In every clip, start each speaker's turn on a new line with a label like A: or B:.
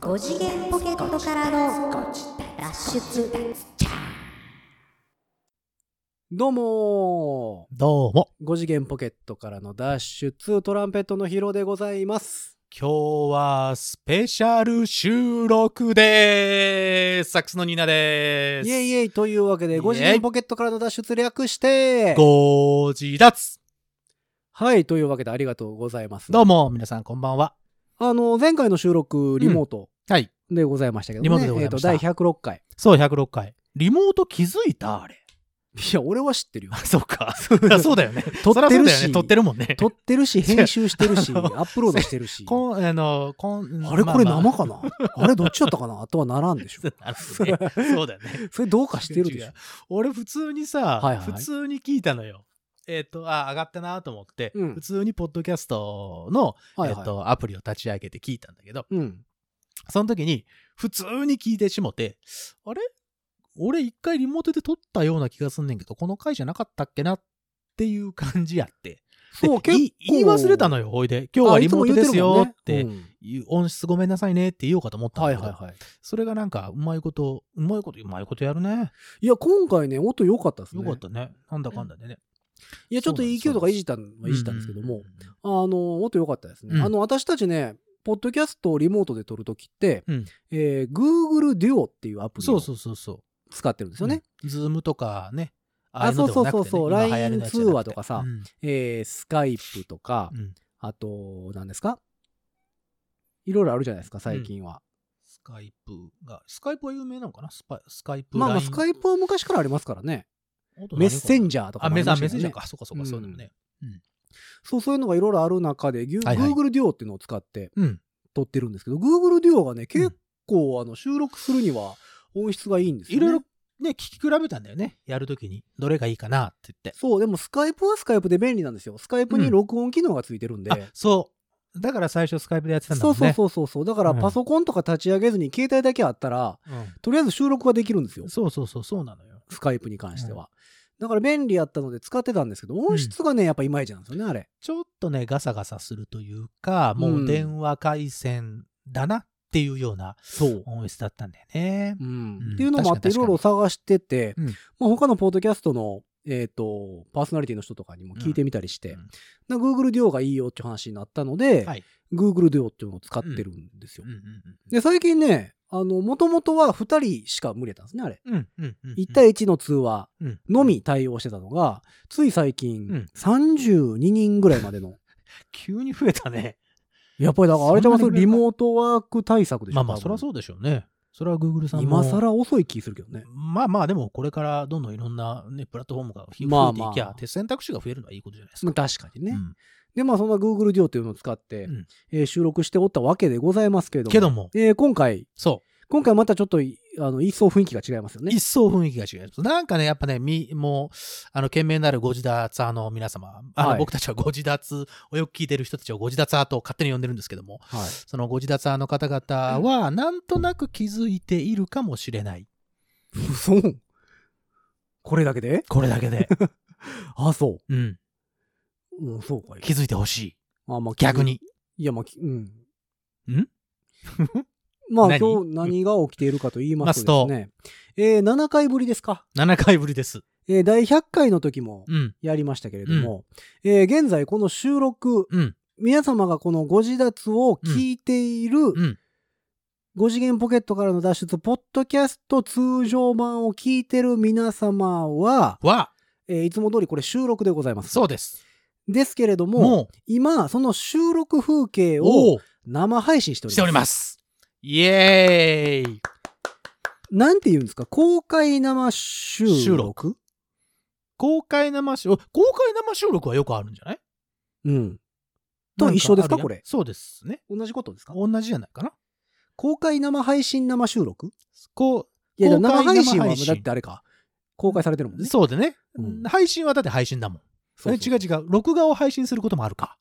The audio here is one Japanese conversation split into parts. A: 5次元ポケットからの脱出
B: どうも
C: どうも、
B: ー5次元ポケットからの脱出トランペットのヒロでございます
C: 今日はスペシャル収録でーす。サックスのニーナで
B: イ
C: ーす。
B: エイイエイというわけ
C: イエ
B: で
C: イ
B: 5次元ポケットからの脱出略して
C: ご自立。
B: はいというわけでありがとうございます
C: どうも、皆さんこんばんは。
B: あの前回の収録リモート
C: はい。
B: でございましたけどね、
C: リモートでございました
B: えーと第106回
C: そう、106回。リモート気づいたあれ。
B: いや俺は知ってるよ
C: あそうか。 いやそうだよね。
B: 撮
C: そり
B: っ
C: ゃ
B: て
C: そ
B: る
C: うだよ
B: し
C: ね。撮ってるもんね。
B: 撮ってるし編集してるし
C: 違
B: ア
C: うあの
B: ップロードしてるし
C: こん、あの、こん、
B: あれこれ
C: まあま
B: 生かな、あれどっちだったかなとはならんで しょ
C: あそうだね そうだよね。
B: それどうかしてるでし
C: 違
B: ょ
C: う俺普通にさ、
B: はいはい
C: 普通に聞いたのよ。えっ、と、あ、上がったなと思って、
B: うん
C: 普通にポッドキャストの、
B: はい
C: え
B: は
C: っ
B: い、
C: と、アプリを立ち上げて聞いたんだけど、
B: うん
C: その時に、普通に聞いてしもて、あれ俺一回リモートで撮ったような気がすんねんけど、この回じゃなかったっけなっていう感じやって。で
B: そう、結
C: 言い
B: 構。
C: 言い忘れたのよ、ほいで。今日はリモートですよって、
B: うん
C: いう音質ごめんなさいねって言おうかと思ったんだ
B: はい
C: けど、
B: はいはい。
C: それがなんか、うまいこと、うまいこと、うまいことやるね。
B: いや、今回ね、音良かったです
C: よ
B: ね。
C: かったね。なんだかんだでね。
B: いや、ちょっと
C: そうなんです
B: EQ とかいじったのはいじったんですけども、あの、音良かったですね。
C: うん
B: あの、私たちね、ポッドキャストをリモートで撮るときって、
C: うん
B: えー、Google Duo っていうアプリ
C: そう
B: を
C: そうそうそう。
B: 使ってるんですよね。
C: うん。ズームとかね。
B: あ
C: あいうのではなくてね
B: そうそうそうそう
C: 今流行りのやつじゃ
B: LINE
C: なくて
B: 通話とかさ
C: うん
B: えー、スカイプとか、
C: うん
B: あと、何ですかいろいろあるじゃないですか、最近は。
C: スカイプが、スカイプは有名なのかなスパスカイプ。
B: まあまあ、スカイプは昔からありますからね。メッセンジャーとか
C: あ、
B: もり
C: メッセあ
B: ま
C: メッ
B: したよね
C: センジャーか。そうかそうか、そういうのもね。
B: そう、そういうのがいろいろある中で、Gu-
C: はいはい
B: Google Duo っていうのを使って、
C: うん。
B: 撮ってるんですけど、Google Duo がね、結構、あの収録するには音質がいいんですよ、
C: い
B: ね。
C: ろいろね、聞き比べたんだよね。やるときに。どれがいいかなって言って。
B: そう、でも Skype は Skype で便利なんですよ。Skype
C: う
B: に
C: ん
B: 録音機能がついてるんで。
C: あ、そう。だから最初スカイプでやってたんだ
B: そ
C: も
B: うんそう
C: ね。
B: そうそうそう。だから
C: うん
B: パソコンとか立ち上げずに携帯だけあったら、
C: うん
B: とりあえず収録ができるんですよ。
C: そうそうそう、そうなのよ。
B: Skype に関しては。だから便利やったので使ってたんですけど、音質がね、やっぱいまいちなんですよね、あれ。
C: ちょっとね、ガサガサするというか、もう電話回線だなっていうような
B: そう。
C: 音質だったんだよね。
B: うん
C: うん
B: っていうのもあってい
C: 確
B: ろ
C: か
B: い
C: に
B: ろ探してて、
C: うん
B: まあ、他のポッドキャストの、えー、とパーソナリティの人とかにも聞いてみたりして、な Google Duo がいいよっていう話になったので、
C: はい
B: Google Duo っていうのを使ってるんですよ。
C: うんうん
B: で最近ねもともとは2人しか無理やったんですねあれ。
C: うんうんうんうんうん
B: 1対1の通話
C: うん
B: のみ対応してたのがつい最近、
C: うん
B: 32人ぐらいまでの
C: 急に増えたね。
B: やっぱりだからあれじゃん
C: そんなに増えた
B: リモートワーク対策でしょ
C: まあまあ、
B: 多分
C: そりゃそうでしょうね。それは Google さんも。
B: 今更遅い気するけどね。
C: まあまあ、でもこれからどんどんいろんな、ね、プラットフォームが増えていきゃ、
B: まあまあ
C: 選択肢が増えるのはいいことじゃないです
B: まあ
C: か。
B: 確かにね。
C: うん
B: で、まあ、そんな Google Duo というのを使って、
C: うん
B: えー収録しておったわけでございますけれども。
C: けども、
B: えー今回、
C: そ
B: 今回またちょっとい、あの、一層雰囲気が違いますよ
C: う、
B: ね。
C: 一層雰囲気が違います。なんかね、やっぱね、みもう、あの、懸命なるご自立派の皆様、あの、
B: はい
C: 僕たちはご自立をよく聞いてる人たちをご自立派と勝手に呼んでるんですけども、
B: はい。
C: そのご自立派の方々は、なんとなく気づいているかもしれない。
B: そう。これだけで
C: これだ けで。
B: あ、そ
C: うん。
B: う。うん、そうかい。
C: 気づいてほしい。
B: あ、まあ、
C: 逆。に。
B: いや、まあ、きうん。
C: ん
B: まあ、
C: 何
B: 今日何が起きているかと言いますと ですね、えー7回ぶりですか。
C: 7回ぶりです。
B: えー第100回の時も
C: うん。
B: やりましたけれども、えー現在この収録、
C: うん。
B: 皆様がこのご自立を聞いている、
C: うん。
B: 5次元ポケットからの脱出、ポッドキャスト通常版を聞いてる皆様は、
C: は、
B: えーいつも通りこれ収録でございます。
C: そうです。
B: ですけれども、
C: も
B: 今、その収録風景
C: う、
B: を
C: お
B: 生配信しております。
C: しております。イエーイ
B: なんて言うんですか公開生収録
C: 収録公開生収録、公開生収録はよくあるんじゃない
B: うん。と一緒ですか
C: なんあるや
B: これ
C: んそうですね。
B: 同じことですか
C: 同じじゃないかな。
B: 公開生配信生収録
C: こ
B: いや、でも
C: 公
B: 生
C: 開
B: 配信は
C: 生配信
B: だってあれか。公開されてるもん
C: う、
B: ね。
C: そうでね、
B: うん
C: 配信はだって配信だもん。
B: そう
C: え違う違う。録画を配信することもあるか。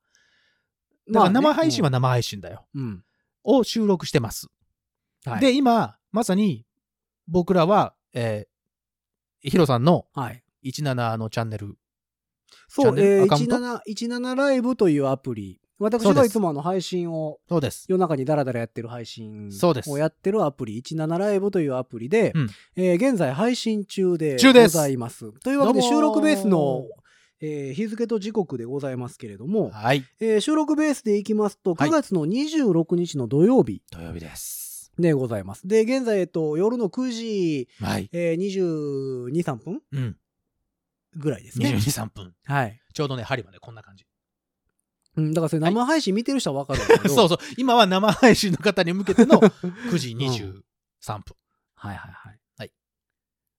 C: だから生配信は、生配信だよ。
B: まあねうん。
C: を収録してます。
B: はい
C: で、今、まさに僕らは、えー、ヒロさんの
B: はい。
C: 17のチャンネル
B: そ
C: チャ
B: う
C: ン、ネル
B: えー、
C: アカウント
B: 17、17ライブというアプリ私がいつもあの配信を
C: そうです。
B: 夜中にダラダラやってる配信
C: そうです
B: をやってるアプリ17ライブというアプリで、
C: うん
B: えー現在配信中で
C: 中です
B: ございます。というわけで
C: どうもー
B: 収録ベースの、えー日付と時刻でございますけれども、
C: はい。
B: えー収録ベースでいきますと
C: はい
B: 9月の26日の土曜日
C: 土曜日です。
B: でございます。で現在、えっと、夜の9時、
C: はい。
B: えー22、3分
C: うん。
B: ぐらいです
C: 22、
B: ね。
C: 3分。
B: はい
C: ちょうどね、針はね、こんな感じ。
B: うん、だからそれ生配信見てる人は分かるんだけど。
C: そうそう。今は生配信の方に向けての9時23分。
B: はいはいはい。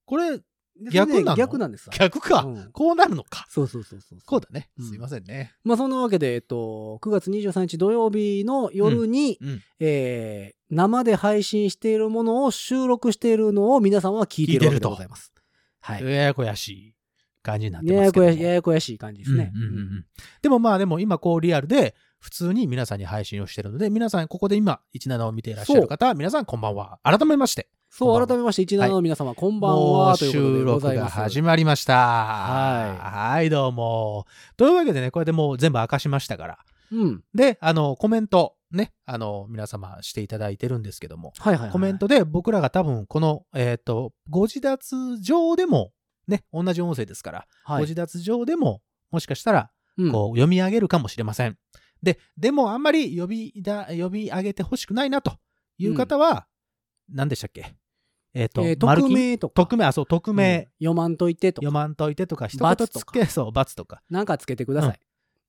C: これ、
B: で
C: 逆
B: それね
C: なの
B: 逆なんです。
C: 逆か。
B: うん
C: こうなるのか。
B: そうそうそうそう
C: こうだね。
B: うん
C: すいませんね。
B: まあそんなわけで、えっと、9月23日土曜日の夜に、
C: うんうん
B: えー生で配信しているものを収録しているのを皆さんは聞いているわけでございます。はい。
C: ややこやしい感じになって
B: や
C: ま
B: や
C: す
B: こ
C: けども。
B: やしややこやしい感じですね。
C: うんうんうんう
B: うん
C: んでもまあでも今こうリアルで普通に皆さんに配信をしてるので、皆さんここで今17を見ていらっしゃる方、皆さんこんばんは。改めまして。こんばん
B: そ
C: は
B: う、改めまして、17の皆様、こんばん
C: も
B: は
C: う
B: ということで
C: 収
B: ご
C: 録
B: ざい
C: が
B: ます。
C: 始まりました。
B: は
C: はい、どうも。というわけでね、これでもう全部明かしましたから。
B: うん。
C: で、あの、コメント、ね、あの、皆様していただいてるんですけども、
B: はいはいはい。
C: コメントで僕らが多分この、えっ、と、ご自立上でも、ね、同じ音声ですから、
B: はい、
C: ご自立上でも、もしかしたら、
B: うん
C: こう、読み上げるかもしれません。で、でもあんまり呼びだ、呼び上げてほしくないなという方は、何でしたっけえっ、と、
B: えー
C: 丸
B: 匿
C: 金
B: 名とか。
C: 匿名、あ、そう、匿名。
B: うん読まんといてと
C: 読
B: か。
C: まんといてとか、一言
B: 罰と
C: つ
B: か
C: け、そう、罰とか
B: なんかつけてください。
C: うん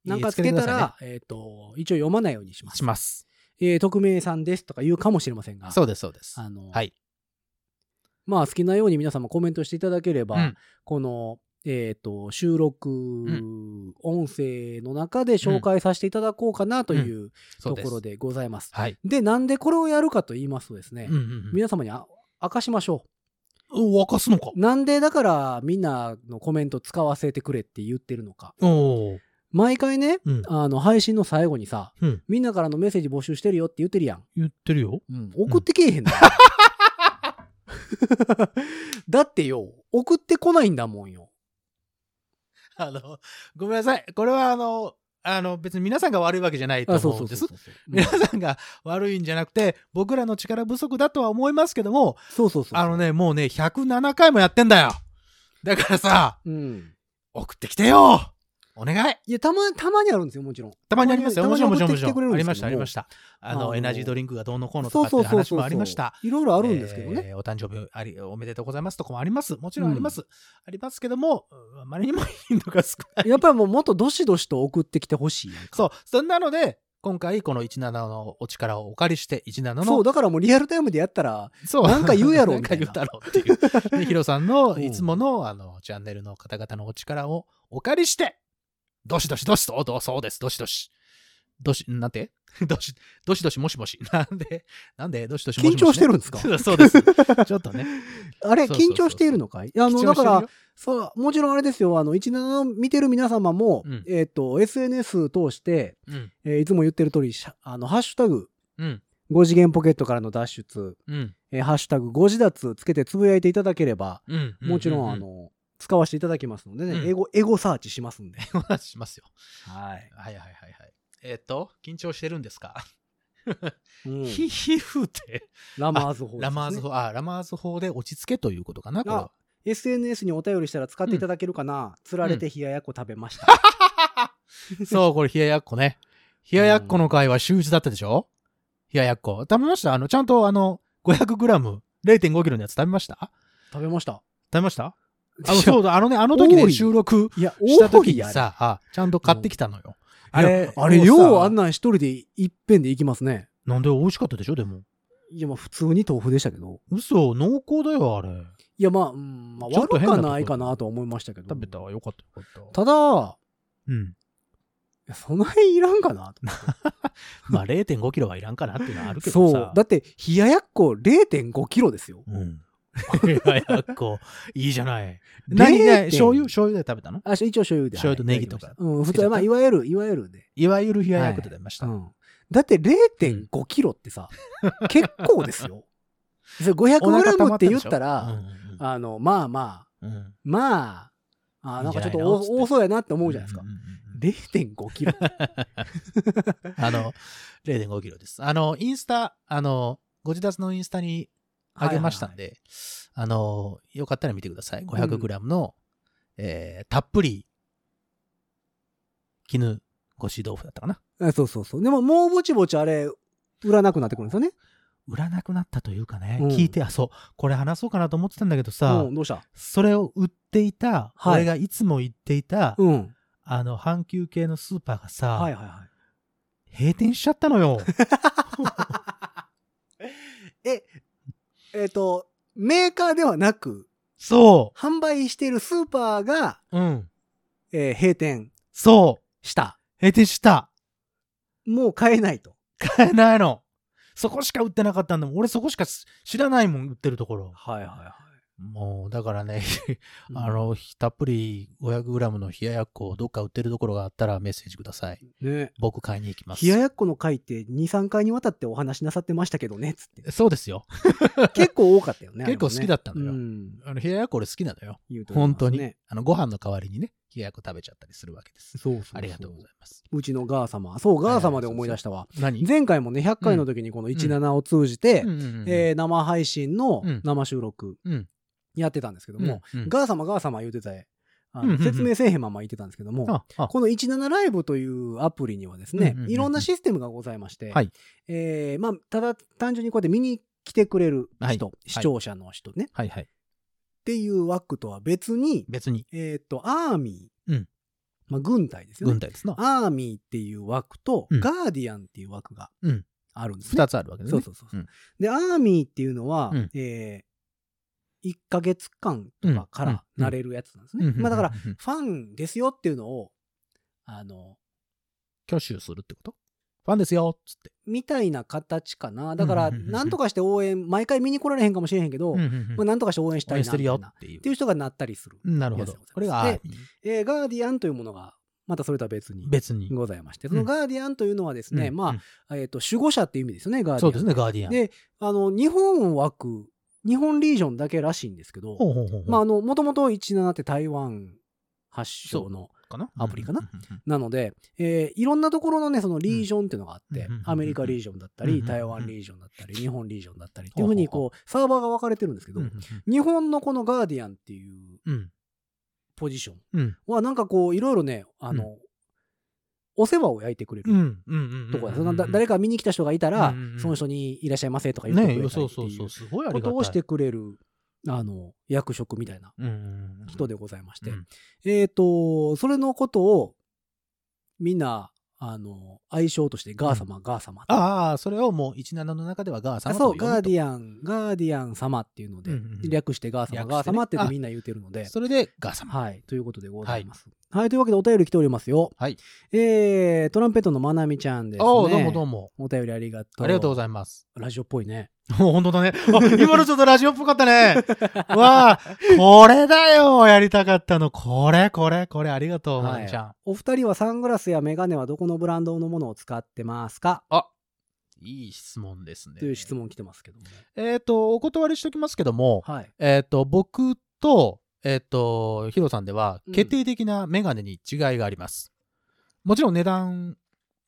B: なんかつけた
C: つけてくだ
B: ら、えっ、と、一応読まないようにします。
C: します。
B: えー匿名さんですとか言うかもしれませんが。
C: そうです、そうです。
B: あの、
C: はい。
B: まあ、好きなように皆様コメントしていただければ、
C: うん
B: この、えっ、と、収録、
C: ん
B: 音声の中で紹介させていただこうかなという
C: そ
B: と
C: うです
B: ころでございます。
C: はい。
B: でなんでこれをやるかと言いますとですね、
C: うんうん
B: 皆様にあ明かしましょ
C: うん。沸かすのか
B: う。なんでだからみんなのコメント使わせてくれって言ってるのか。
C: おおー。
B: 毎回ね、
C: うん。
B: あの、配信の最後にさ、
C: うん
B: みんなからのメッセージ募集してるよって言ってるやん。
C: 言ってるよ。
B: 送ってけえへんだ。 だってよ、送ってこないんだもんよ。
C: あの、ごめんなさい。これはあの、あの、別に皆さんが悪いわけじゃないと
B: あ、そ
C: 思
B: う
C: う
B: そ
C: ん
B: うそ
C: です
B: う。そう。
C: 皆さんが悪いんじゃなくて、僕らの力不足だとは思いますけども、
B: そうそうそう。
C: あのね、もうね、107回もやってんだよ。だからさ、
B: うん。
C: 送ってきてよお願い
B: いや、たま、たまにあるんですよ、もちろん。
C: たまにありますよ。
B: た
C: も
B: ま
C: ち
B: に
C: ろん、もちろん、
B: 送
C: も
B: って
C: ち
B: き
C: ろ
B: てくれ
C: ん。
B: るんで
C: あり
B: す
C: ま
B: けど
C: した、ありま
B: も
C: した。あの、
B: あの
C: エナジードリンクがどうのこうのと
B: そ
C: か
B: う
C: って
B: そ
C: いうう
B: そうそ
C: 話
B: う。
C: もありました。。
B: いろいろあるんですけどね。
C: えーお誕生日あり、おめでとうございますとかもあります。もちろんあります。ありますけども、うんあまりにも頻度が少 ない。
B: やっぱりもうもっとどしどしと送ってきてほしいやんか
C: そう、そんなので、今回、この17のお力をお借りして、17の、
B: そう、だからもうリアルタイムでやったら、
C: そう
B: なんか言うやろ
C: なんか
B: み
C: 言
B: た
C: う
B: い
C: だ
B: な
C: ろうっていう。でヒロさんの、
B: うん
C: いつもの、あの、チャンネルの方々のお力をお借りして、どしどしどしと、どうそうです、どしどし。どし、なんて どし、どしどしもしもし。 なんで、なんで、どしどしもしもし、
B: 緊張してるんですか
C: そうです。ちょっとね。
B: あれ、
C: そうそうそう
B: 緊張しているのかいい やあの、
C: 緊
B: だ
C: 張して
B: か
C: るよ
B: ら、、そう、もちろんあれですよ、あの、17見てる皆様も、
C: うん
B: えっ、と、SNS 通して、
C: うん、
B: えーいつも言ってる通り、しゃあの、ハッシュタグ、
C: うん、
B: 5次元ポケットからの脱出、
C: うん、
B: えーハッシュタグ5次脱つけてつぶやいていただければ、
C: うん。
B: もちろん、あ
C: う、
B: の、使わせていただきますのでね、
C: うん
B: エゴ、エゴサーチしますんで。
C: お話ししますよ。
B: はい。
C: はいはいはいはい。えーっと、緊張してるんですか
B: うん、
C: ひ、ひふて。
B: ラマーズ法、
C: ラマーズ
B: 法。
C: 法、あ、ラマーズ法で落ち着けということかな、これは
B: あ。SNS にお便りしたら使っていただけるかな、つられて冷ややっこ食べました。
C: そう、これ、冷ややっこね。冷ややっこの回は秀逸だったでしょ冷ややっこ。食べましたあの、ちゃんと、あの、500g、0.5kg のやつ食べました
B: 食べま した。
C: 食べましたあの、そうだ、あのね、あの時
B: 多
C: ね、
B: い
C: 収録
B: いや、
C: した
B: 多
C: 時
B: い
C: に
B: やあれ
C: さ、あちゃんと買ってきたのよ。
B: あれ、あれ、ようあんなん一人でいっぺんで行きますね。
C: なんで美味しかったでしょでも。
B: いや、まあ普通に豆腐でしたけど。
C: 嘘、濃厚だよ、あれ。
B: いや、まあ、うん、まあ
C: ちょっと
B: 悪
C: 変な
B: か
C: とこ
B: ないかなとは思いましたけど。
C: 食べたわ、よかった、よかっ
B: た
C: た。
B: だ、い
C: うん。
B: やその辺いらんかなと思って
C: まあ、0.5kg はいらんかなっていうのはあるけど
B: そう
C: さ。。
B: だって、冷ややっこ0.5キロですよ。
C: うん。冷ややっこ、いいじゃない。
B: 何
C: 何
B: 々
C: ね、醤油、醤油で食べたの
B: あ、一応醤油で。
C: 醤油と
B: はい
C: ネギとか
B: いただきましたうん、普通、まあ、いわゆる、いわゆるで。
C: いわゆる冷ややっこで食べました。
B: うん。だって0.5キロって さ、結構ですよ。それ500
C: お
B: グ
C: 腹
B: ラ
C: 溜ま
B: ムって
C: ん
B: 言っ
C: でしょ
B: たら、、あの、まあまあ、
C: うんうんうん
B: まあ、あなんかちょっと多
C: いいんじゃないの
B: 多そうやなって思うじゃないですか。
C: うんうんうんうん
B: 0.5キロ。
C: あの、0.5キロです。あの、インスタ、あの、ご自宅のインスタにあげましたんで、あの、よかったら見てください。500グラムの、えーたっぷり、絹ごし豆腐だったかな。
B: あそうそうそう。でも、もうぼちぼちあれ、売らなくなってくるんですよね。
C: 売らなくなったというかね、
B: うん
C: 聞いて、あ、そう、これ話そうかなと思ってたんだけどさ、
B: うん、どうした
C: それを売っていた、
B: はい
C: 俺がいつも行っていた、
B: うん。
C: あの、阪急系のスーパーがさ、
B: はいはいは
C: 閉店しちゃった のよ。
B: い。え、えっ、と、メーカーではなく、
C: そ
B: 販売しているスーパーが、
C: う。うん。
B: えー閉店
C: そう。
B: した。
C: 閉店した。
B: もう買えないと。
C: 買えないの。そこしか売ってなかったんだもん。俺そこしかし知らないもん、売ってるところ。
B: はいはいは
C: もう、だからね、
B: い
C: あ、の、たっぷり 500g の冷ややっこをどっか売ってるところがあったらメッセージください。
B: ね。
C: 僕買いに行きます。
B: 冷ややっこの回って2、3回にわたってお話しなさってましたけどね、つって。
C: そうですよ。
B: 結構多かったよね。
C: 結構
B: あれもね
C: 好きだったのよ
B: うん。
C: あの冷ややっこ俺好きなのよ。
B: 言うと思い
C: 本
B: ます
C: 当に。
B: ね
C: あの、ご飯の代わりにね、冷ややっこ食べちゃったりするわけです。
B: そうそうそう
C: ありがとうございます。
B: うちのガー様。そう、ガー様で思い出したわ。
C: 何
B: 前回もね、100回の時にこの17を通じて、えー生配信の
C: うん
B: 生収録
C: うん
B: やってたんですけども、、
C: うんうん
B: ガー様ガー様言うてたあの
C: うんうんうん
B: 説明せえへんまま言ってたんですけども、
C: ああ
B: この17ライブというアプリにはですね、
C: うんうんうん
B: いろんなシステムがございまして、
C: はい
B: えーまあ、ただ単純にこうやって見に来てくれる人、
C: はい
B: 視聴者の人ね、っ
C: はいはい。
B: ていう枠とは別に、
C: 別に、
B: えっ、と、アーミー、
C: うん
B: まあ、軍隊ですよね
C: 軍。隊ですな。
B: アーミーっていう枠と、
C: うん
B: ガーディアンっていう枠が
C: うん
B: あるんですね。
C: 二つあるわけです
B: そう
C: ね。
B: そうそうそう、
C: うん
B: で、アーミーっていうのは、
C: うん
B: えー、1ヶ月間とかから
C: うん
B: なれるやつなんです
C: うん
B: ね。
C: うんうん
B: まあだから、
C: うんうん
B: ファンですよっていうのを、あの、
C: 挙手するってことファンですよっつって。
B: みたいな形かな。だから、
C: うんうんうんうん
B: なんとかして応援、毎回見に来られへんかもしれへんけど、まあ、なんとかして応援した
C: 応
B: いな
C: 援してるよ
B: みたいなっ
C: っていう
B: て。いう人がなったりする。
C: なるほ
B: やつ
C: ど
B: でございます。
C: これがアーミー
B: えーガーディアンというものが、またそれとは別に
C: 別に。
B: ございまして、
C: うん
B: そのガーディアンというのはですね、
C: うん
B: まあ、えっ、と、守護者っていう意味ですよね、ガーディアン。
C: そうですね、ガーディアン。
B: で、あの、日本枠、日本リージョンだけらしいんですけど、
C: ほうほうほうほう
B: まあ、あの、もともと17って台湾発祥の、
C: かな
B: アプリかな。
C: うんうんうん
B: なので、えーいろんなところのね、そのリージョンっていうのがあって、
C: うん
B: アメリカリージョンだった
C: うんうん
B: り、
C: うん
B: 台湾リージョンだったり、日本リージョンだったりっていうふうに、
C: ほうほ
B: こう、サーバーが分かれてるんですけど、
C: うんうん
B: 日本のこのガーディアンっていう
C: うん。
B: ポジション
C: うん。
B: は、なんかこう、いろいろね、あの、お世話を焼いてくれる。
C: うん。うん。
B: とこだそのだ誰か見に来た人がいたら、
C: うんうんうん
B: その人にいらっしゃいませとか言ってくれたり
C: ね
B: ってい
C: え、
B: う
C: そうそうそう。すごいあり
B: こ
C: がたい。
B: とをしてくれる、あの、役職みたいな
C: うんうんうん。
B: 人でございまして。
C: うん
B: えっ、と、それのことを、みんな、あの、愛称としてガー様、ガー様って
C: ああ、それをもう17の中ではガーさん
B: あそう、ガーディアン、ガーディアン様っていうので、
C: うんうんうん
B: 略してガー様、
C: 略してね
B: ガー様って
C: あ
B: みんな言うてるので、
C: それでガー様。
B: はい、ということでございます。はい、というわけでお便り来ておりますよ。
C: はい。
B: えー、トランペットのまなみちゃんです、ね。
C: おお、どうもどうも。
B: お便りありがとう。
C: ありがとうご
B: ざい
C: ざいます。
B: ます。ラジオっぽいね。
C: もう本当だね。あ今のちょっとラジオっぽかった ね。わあ、これだよ、やりたかったの。これ、これ、これ、ありがと
B: は
C: う、
B: い
C: まなみちゃ
B: お二人はサングラスやメガネはどこのブランドのものを使ってますか
C: ん。いい質問ですね。
B: という質問来てますけども。
C: えっ、と、お断りしときますけども、
B: はい。
C: えっ、と、僕と、えっ、と、ヒロさんでは
B: う、ん
C: 決定的なメガネに違いがあります。もちろん値段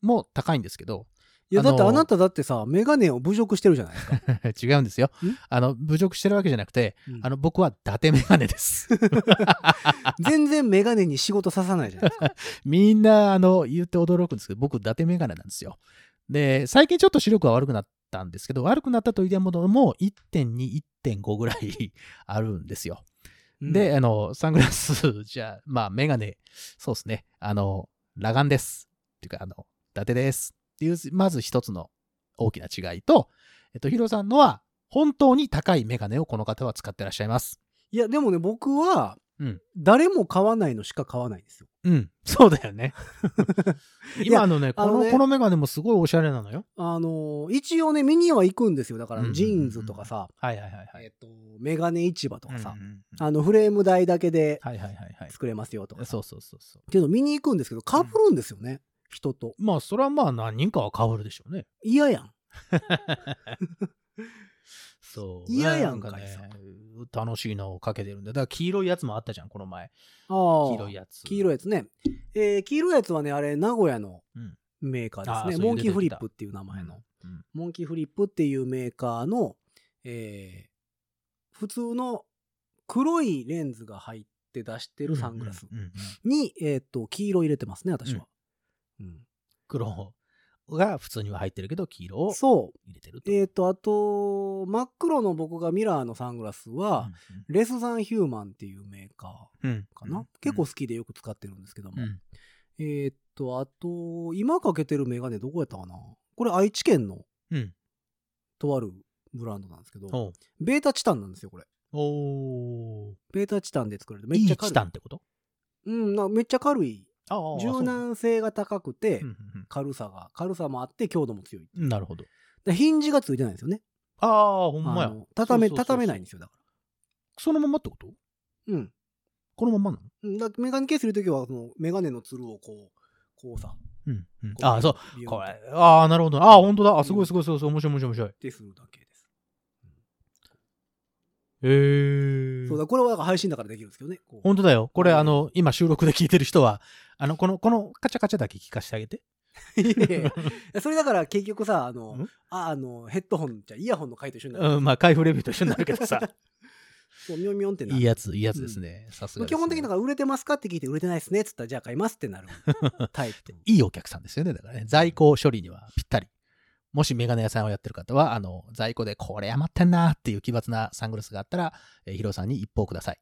C: も高いんですけど、
B: いや、
C: あの
B: だってあなただってさ、メガネを侮辱してるじゃない ですか。
C: 違うんですよ。あの、侮辱してるわけじゃなくて、
B: あ
C: あ
B: の
C: の、僕は伊達メガネです。
B: 全然メガネに仕事ささないじゃないですか。
C: みんな、あの、言って驚くんですけど、僕、伊達メガネなんですよ。で、最近ちょっと視力は悪くなったんですけど、悪くなったというものも1.2、1.5ぐらい あるんですよ。で、あの、サングラスじゃ、まあ、メガネ、そうですね。あの、裸眼です。っていうか、あの、伊達です。っていう、まず一つの大きな違いと、えっと、ヒロさんのは、本当に高いメガネをこの方は使ってらっしゃいます。
B: いや、でもね、僕は
C: うん、
B: 誰も買わないのしか買わないんですよ。
C: うん、そうだよね。 今のね、こ
B: あ
C: の
B: のね
C: このメガネもすごいおしゃれなのよ。
B: あのー、一応ね、見には行くんですよ。だか
C: うんうん
B: ら、
C: うん
B: ジーンズとかさ、
C: はいはいはいは
B: え
C: い。
B: っと、メガネ市場とか
C: うん
B: さ
C: う、んうん
B: あの、フレーム代だけで
C: はいはいはいはい。
B: 作れますよとかさ。
C: そうそうそうそう。
B: けど、見に行くんですけど、被るんですよね、人と。
C: まあ、それはまあ何人かは被るでしょうね。
B: 嫌やん。
C: そう。
B: 嫌やんかい
C: な
B: さ
C: ね、楽しいのをかけてるんで。だから黄色いやつもあったじゃん、この前。
B: ああ。
C: 黄色いやつ。
B: 黄色いやつね。えー黄色いやつはね、あれ、名古屋の
C: うん
B: メーカー
C: あー
B: です
C: そう
B: ね。
C: い
B: モ
C: う
B: ンキーフリップっていう名前の。
C: うん。
B: モンキーフリップっていうメーカーの、えー普通の黒いレンズが入って出してるサングラス
C: うんうんうん
B: に、えーっと、黄色入れてますね、私は。うん
C: 黒が普通には入ってるけど、黄色を
B: そ
C: 入れてる
B: う。
C: と。
B: えーっと、あと、真っ黒の僕がミラーのサングラスは、レスザンヒューマンっていうメーカ
C: うんうん
B: ーかな。結構好きでよく使ってるんですけども。
C: うん
B: えーっと、あと、今かけてるメガネどこやったかなこれ愛知県の
C: うん。
B: とあるブランドなんですけど、
C: おう
B: ベータチタンなんですよ、これ。
C: おー
B: ベータチタンで作られて、め
C: い
B: っ
C: い
B: ちゃ
C: チ
B: 軽い。
C: タンってこと
B: うん、なめっちゃ軽い。
C: ああ
B: 柔軟性が高くて
C: そう、うんうん
B: 軽さが、軽さもあって強度も強い。
C: うんなるほど。
B: でヒンジがついてないんですよね。
C: ああ、ほん
B: あ
C: まや。
B: の畳め、
C: そうそうそうそう
B: 畳めないんですよ、だか
C: そのままってこと
B: ら。うん
C: このままなの
B: うん。だメガネケースするときは、そのメガネのつるをこう、こうさ。
C: うんうん。ああ、そう。
B: ビヨン
C: こ
B: っ
C: れ。ああ、なるほど。ああ、ほんとだ。あ、すごいすごいすごい。面白い面白い面白い。
B: てするだけです。
C: へえ。
B: そうだ、これはだから配信だからできるんですけどね。こう
C: 本当だよ。これ、
B: うん
C: あの、今収録で聞いてる人は、あの、この、このカチャカチャだけ聞かせてあげて。
B: いやいやいやそれだから結局さあの
C: ん
B: ああのヘッドホンじゃイヤホンの回と一緒になる、
C: うん、まあ、開封レビューと一緒になるけど さ。
B: そうミョンミョンってない
C: いやつ、いいやつですね。さすがです
B: 基
C: ね。
B: 本的にだから売れてますかって聞いて売れてないですねっつったらじゃあ買いますって なるタイプ
C: いいお客さんですよね。だからね、在庫処理にはぴったり。もしメガネ屋さんをやってる方は、あの、在庫でこれ余ってんなーっていう奇抜なサングラスがあったら、えーヒロさんに一報ください。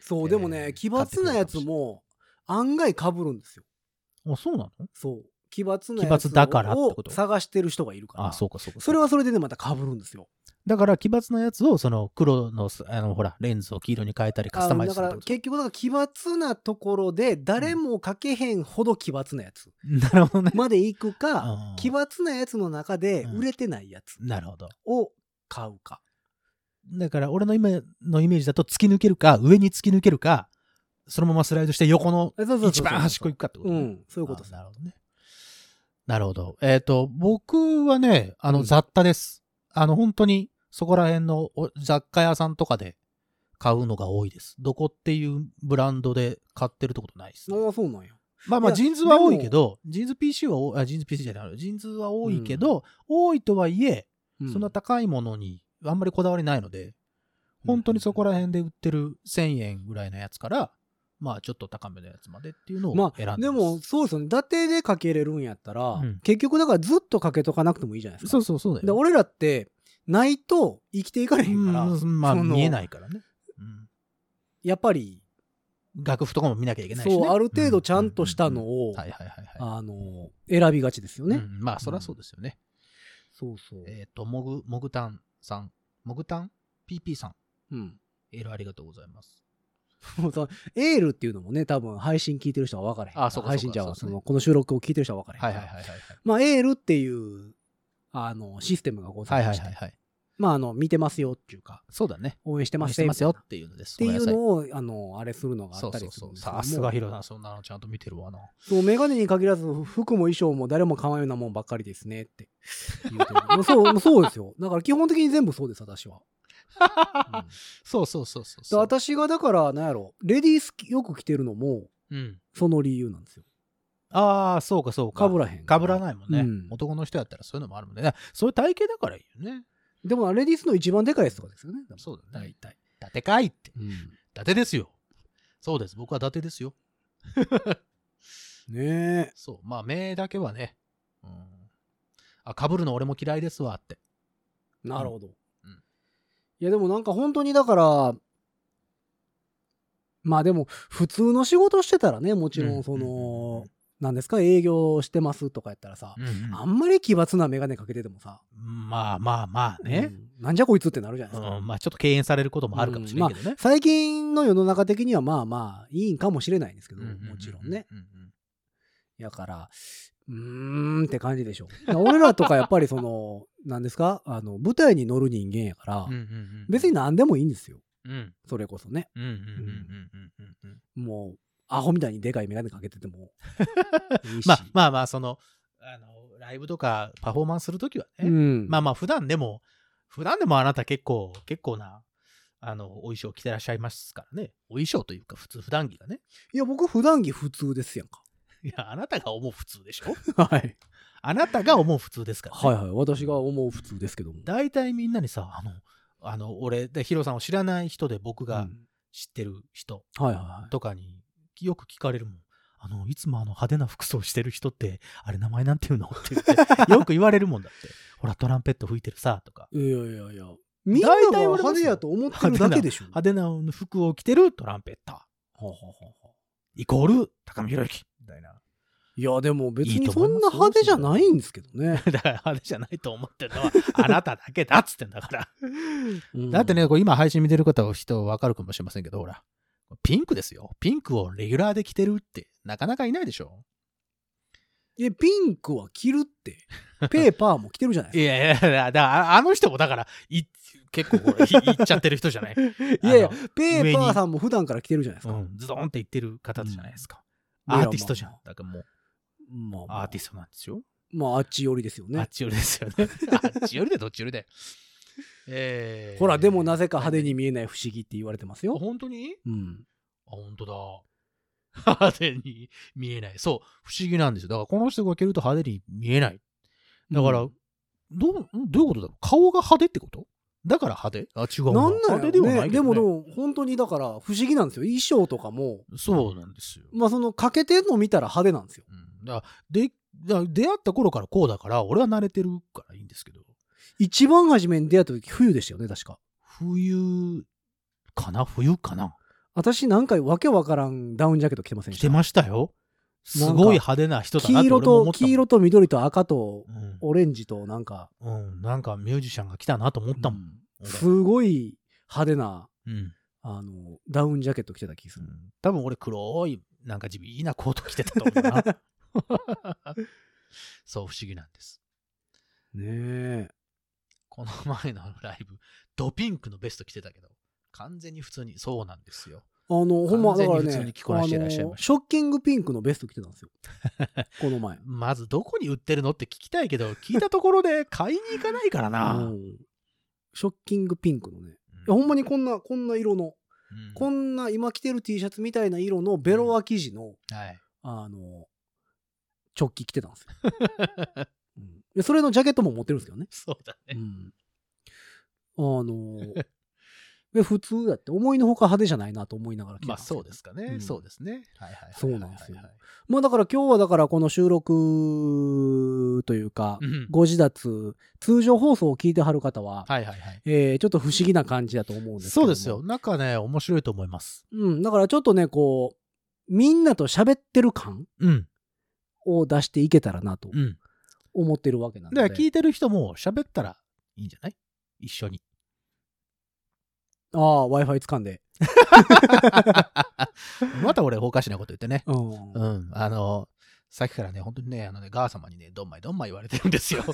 B: そうでも
C: え
B: ね
C: ー
B: 奇抜なやつも案外かぶるんですよ
C: あ、そうなの
B: そう奇抜なやつ
C: 奇抜だからって
B: を
C: こと
B: 探してる人がいるから
C: あ、そうか、そうか。
B: それはそれでねまたかぶるんですよ
C: だから、奇抜なやつを、その、黒の、あの、ほら、レンズを黄色に変えたり、カスタマイズ
B: あ
C: す
B: だ
C: る
B: か
C: って
B: ら
C: こと
B: 結局だから奇抜なところで誰もかけへんほど奇抜なやつ
C: なるほどね。
B: までいく か、
C: うん
B: 奇抜なやつの中で
C: うん
B: 売れてないやつ
C: なるほど。
B: を買うか。
C: だから、俺の今のイメージだと、突き抜けるか、上に突き抜けるか、そのままスライドして横の
B: そうそうそうそう
C: 一番端っこ行くかってこと
B: う
C: ね、
B: ん、そういうこと
C: あ
B: さ。
C: なるほどね。なるほど。えっ、と、僕はね、あ
B: う
C: の、
B: ん
C: 雑多です。あの、本当に、そこら辺のお雑貨屋さんとかで買うのが多いです。どこっていうブランドで買ってるってことないです、ね。
B: ああ、そうなんや。
C: まあまあ、
B: いや
C: ジーンズは多いけど、ジーンズ PC は多い、あ、ジーンズ PC じゃない、ジーンズは多いけど、多いとはいえ、
B: うん
C: そんな高いものにあんまりこだわりないので、本当にそこら辺で売ってる1000円ぐらいのやつから、まあちょっと高めのやつまでっていうの
B: ま
C: を選んでま
B: あ、
C: す。
B: でも、そうですよね。伊達でかけれるんやったら、
C: うん
B: 結局だからずっとかけとかなくてもいいじゃないですか。
C: そうそうそうだよ。
B: で俺らって、ないと生きていかれへんから、
C: うんまあ
B: その
C: 見えないからね。うん
B: やっぱり、
C: 楽譜とかも見なきゃいけないし、ね。
B: そう、ある程度ちゃんとしたの
C: を。
B: を、
C: はいはいはいはい。
B: あの、選びがちですよね。
C: うんまあそりゃそうですよね。
B: そうそう。
C: えっと、モグ、モグタンさん。モグタン ?PP さん。
B: うん。
C: エールありがとうございます。
B: もうそのエールっていうのもね、多分配信聞いてる人は分からへんから。
C: あそうかそうか
B: 配信じゃあ
C: そ
B: そう
C: ですね
B: の、この収録を聞いてる人は分からへんか
C: は
B: ら。
C: いはいはいはい。
B: まあ、エールっていう、あの、システムがござ
C: はい
B: い
C: は
B: ま
C: い
B: して、
C: はいはい。
B: まあ、あの、見てますよっていうか、
C: そうだね。
B: 応援してま
C: 見
B: す
C: せ
B: よ
C: ますよ
B: っ
C: っていうのです。
B: ていう
C: を
B: のを、あの、あれするのがあ
C: そ
B: っ
C: う
B: た
C: そ
B: り
C: う
B: す
C: そ
B: るん
C: う。
B: ですけども
C: さすがヒロさん、そんなのちゃんと見てるわな。
B: そう、メガネに限らず、服も衣装も誰も買わんようなもんばっかりですねって言うてるそう、そうですよ。だから基本的に全部そうです、私は。 うんで
C: そうそうそうそうそう。
B: 私がだから、なんやろ、レディースよく着てるのも、
C: うん。
B: その理由なんですよ。
C: ああ、そうかそう
B: か
C: か。
B: ぶらへん。
C: かぶらないもんね、
B: うん
C: 男の人やったらそういうのもあるもんね。だからそういう体型だからいいよね。
B: でも、レディースの一番でかいやつとかですよね。
C: そうだね
B: 大体。
C: 伊達かいって。
B: うん
C: 伊達ですよ。そうです。僕は伊達ですよ。
B: ねえ。
C: そう。まあ、目だけはね。うん。あ、かぶるの俺も嫌いですわって。
B: なるほど。
C: うん
B: いや、でもなんか本当にだから、まあでも、普通の仕事してたらね、もちろ
C: うん
B: んその、なんですか、営業してますとかやったらさ、
C: うんうん
B: あんまり奇抜な眼鏡かけててもさ、
C: まあまあまあね
B: う。んなんじゃこいつってなるじゃないうです
C: ん
B: か。
C: まあ、ちょっと敬遠されることもあるかもしれないけどね。
B: 最近の世の中的にはまあまあいいんかもしれないんですけど、
C: うううう
B: もちろんね。。
C: ううん
B: やから、うーんって感じでしょ。だから俺らとかやっぱりその、なんですかあの、舞台に乗る人間やから
C: うんう、んうん
B: 別に。何でもいいんですよ。
C: うん
B: それこそね。
C: うんうんうんうんうんうんうん。
B: もう、アホみたいにでかい眼鏡かけてて もいいし。
C: まあまあまあ、その、あの、ライブとかパフォーマンスするときは
B: う
C: ね。
B: ん。
C: まあまあ、普段でも、普段でもあなた結構、結構な、あの、お衣装着てらっしゃいますからね。お衣装というか、普通、普段着がね。
B: いや、僕、普段着普通ですやんか。
C: いや、あなたが思う普通で しょ
B: はい。
C: あなたが思う普通ですから、ね。
B: はいはい。私が思う普通ですけども。
C: 大体みんなにさ、あの、あの俺、でヒロさんを知らない人で僕
B: う
C: が
B: ん
C: 知ってる人
B: はいはいはい。
C: とかによく聞かれるもん。あの、いつもあの派手な服装してる人って、あれ名前なんて言うのって言って、 よく言われるもんだって。ほら、トランペット吹いてるさ、とか。
B: いやいやいや。みんなが
C: 大体俺も
B: 派手やと思ってるだけでしょ。
C: 派手な服を着てるトランペッター。
B: ははは
C: イコール、高見宏之。みたいな。
B: いや、でも別
C: いい
B: に
C: と
B: そ
C: 思い
B: ん
C: ます
B: な派手じゃないんですけどね。
C: だから派手じゃないと思ってるのは、あなただけだっつってんだから。
B: うん
C: だってね、こう今配信見てる方は人わかるかもしれませんけど、ほら、ピンクですよ。ピンクをレギュラーで着てるって、なかなかいないでしょ。
B: いや、ピンクは着るっ て。ペーパーも着てるじゃない
C: い
B: で
C: やいやいや、だからあの人もだから、い結構これ、いいっちゃってる人じゃ ない。
B: すか。いやいや
C: あの、
B: ペーパーさんも普段から着てるじゃないです
C: う
B: か。
C: ん、ズドンって言ってる方じゃないですか。
B: うん
C: アーティストじゃん
B: いや。
C: だからもう、
B: まあまあ、
C: アーティストなんですよ。
B: まあ、あっち寄りですよ
C: あ
B: ね
C: っ。ち寄りですよ ね。あっち寄りでどっち寄りで。えー
B: ほら、でもなぜか派手に見えない不思議って言われてます
C: あ
B: よ。
C: 本当に
B: うん。
C: あ、本当だ。派手に見えない。そう、不思議なんですよ。だからこの人が着ると派手に見えない。だから、
B: うん
C: どう、んどういうことだろう顔が派手ってことだから派手あ、違うな。
B: なんなん
C: 派
B: や
C: 手
B: ろね
C: ではないけ
B: で
C: ど、ね。
B: もでも本当にだから不思議なんですよ衣装とかも
C: そうなんですよ。
B: まあその欠けてんの見たら派手なんですよ
C: うん、だからでだから出会った頃からこうだから、俺は慣れてるからいいんですけど、
B: 一番初めに出会った時冬でしたよね確か
C: 冬かな冬かな
B: 私何回わけわからんダウンジャケット着てませんで
C: 着
B: した
C: てましたよ。すごい派手な人だ
B: 黄
C: なって
B: 色
C: 俺も思
B: と
C: ったもん
B: 黄色と緑と赤と
C: うん
B: オレンジとなんか、
C: うん、なんかミュージシャンが来たなと思ったもん。
B: うんすごい派手な
C: うん
B: あのダウンジャケット着てた気がす
C: う
B: る、
C: ん多分俺黒い、なんか地味なコート着てたと思うな。 そう、不思議なんです。
B: ねえ
C: この前のライブ、ドピンクのベスト着てたけど、完全に普通に、そうなんですよ。
B: あのほんまだから
C: 完全に普通
B: ね
C: に着こなしていらっしゃいました
B: あのショッキングピンクのベスト着てたん ですよこの前
C: まずどこに売ってるのって聞きたいけど、聞いたところで買いに行かないからな。
B: う
C: うん
B: んショッキングピンクのねいやほんまにこんなこんな色の、
C: うん
B: こんな今着てる T シャツみたいな色のベロア生地の、
C: はい。
B: あの直帰着てたんですよ、 うんでそれのジャケットも持ってるんですけどね、
C: そうだ
B: う
C: ね。
B: ん、あの で普通だって思いのほか派手じゃないなと思いながら着てた
C: ま
B: ん
C: あそうですすか
B: う
C: ね。
B: ん
C: そうですね。はいはいはいはいはいはい。
B: そうなんですよけどまあだから今日はだからこの収録というか、
C: うん
B: ご自立通常放送を聞いてはる方は、
C: はいはいはい。
B: えーちょっと不思議な感じだと思うんですけど
C: そう
B: も
C: ですよ。なんかね、面白いと思います。
B: うん、だからちょっとね、こう、みんなと喋ってる感
C: うん。
B: を出していけたらなと
C: うん。
B: 思ってるわけなんで。
C: だから聞いてる人も喋ったらいいんじゃない一 緒に。
B: ああ、Wi-Fi 掴んで。
C: また俺、おかしなこと言ってね。
B: うん。
C: うん。あの、さっきからね、本当にね、あのね、ガー様にね、どんまいどんまい言われてるんですよ。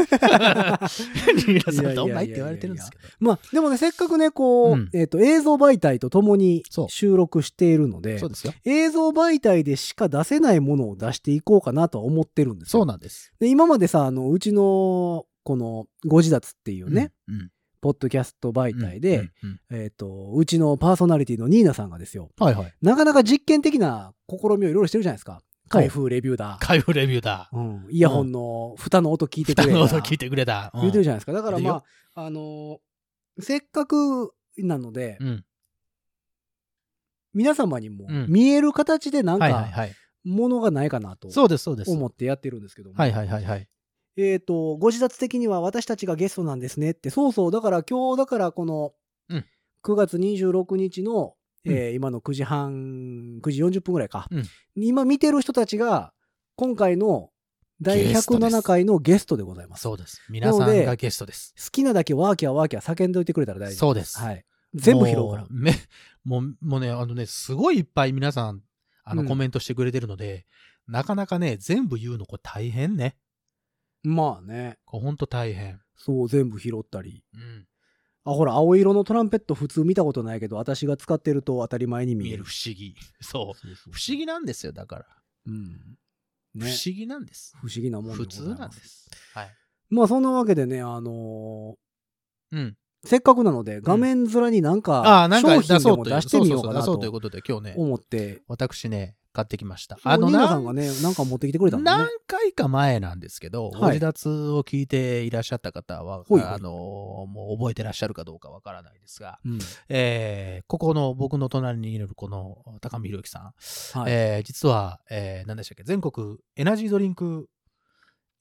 C: 皆さん、どんまいって言われてるんですけど。
B: まあ、でもね、せっかくね、こう、
C: うん
B: えっ、と、映像媒体とともに
C: そう
B: 収録しているので
C: そう、ですよ。
B: 映像媒体でしか出せないものを出していこうかなとは思ってるんですよ
C: そうなんです。
B: で今までさ、あの、うちの、この、ご自立っていうね、
C: うん。うん。
B: ポッドキャスト媒体で、
C: うん、うん
B: えっ、と、うちのパーソナリティのニーナさんがですよ、
C: はいはい。
B: なかなか実験的な試みをいろいろしてるじゃないですか。開封レビューだ。
C: 開封レビューだ。
B: うん、イヤホンの蓋の音聞いてく
C: 蓋
B: れだ
C: の音聞いてくれた。うん
B: 言うてるじゃないですか。だから
C: 言う
B: まあ、あのーせっかくなので、
C: うん。
B: 皆様にも
C: うん
B: 見える形でなん
C: はいはい
B: か、
C: はい。
B: ものがないかなと
C: そうです、そうです。
B: 思ってやってるんですけども、
C: はいはいはいはい。
B: えっ、と、ご自立的には私たちがゲストなんですねって、そうそう、だから今日、だからこの
C: うん、
B: 9月26日の、えー今の9時半、9時40分ぐらいか、
C: うん
B: 今見てる人たちが、今回の第
C: ゲストです
B: 107回のゲストでございます。
C: そうです。皆さ
B: なの
C: ん
B: で
C: がゲストです。
B: 好きなだけワーキャーワーキャー叫んでおいてくれたら大丈夫
C: そうです。
B: はい。全部拾う
C: も
B: から。
C: め もう、もうね、あのね、すごいいっぱい皆さん、あ
B: う
C: の、
B: ん
C: コメントしてくれてるので、なかなかね、全部言うの、これ大変ね。
B: まあね、
C: これほんと大変。
B: そう、全部拾ったり。
C: うん。
B: あ、ほら、青色のトランペット普通見たことないけど、私が使ってると当たり前に見
C: 見
B: え
C: え
B: る
C: る。不思議。そう。
B: そうそう
C: 不思議なんですよ、だから。
B: うん。
C: 不
B: ね
C: 思議なんです。
B: 不思議なもんで
C: 普
B: ござい
C: 通
B: ます
C: なんです。はい。
B: まあそんなわけでね、あの
C: うん。
B: せっかくなので、画面面になん
C: あ
B: か
C: あ、なんか
B: 商品
C: 出
B: で
C: そ
B: も
C: うという
B: 出してみよう
C: そ
B: か
C: そ
B: な
C: そ出そうという
B: と
C: ことで、今日ね、
B: 思って、
C: 私ね、買ってきました。
B: あ
C: あ
B: の
C: の
B: ニーナさ
C: な、
B: んがね、なんか持ってきてくれたんだ
C: 何
B: ね。
C: 回か前なんですけ
B: は
C: ど、
B: い
C: ご自立を聞いていらっしゃった方は、
B: ほいほい
C: あのもう覚えてらっしゃるかどうかわからないですが、
B: うん
C: えーここの僕の隣にいるこの高見宏之さん、
B: はい
C: えー実は、えー何でしたっけ、全国エナジードリンク、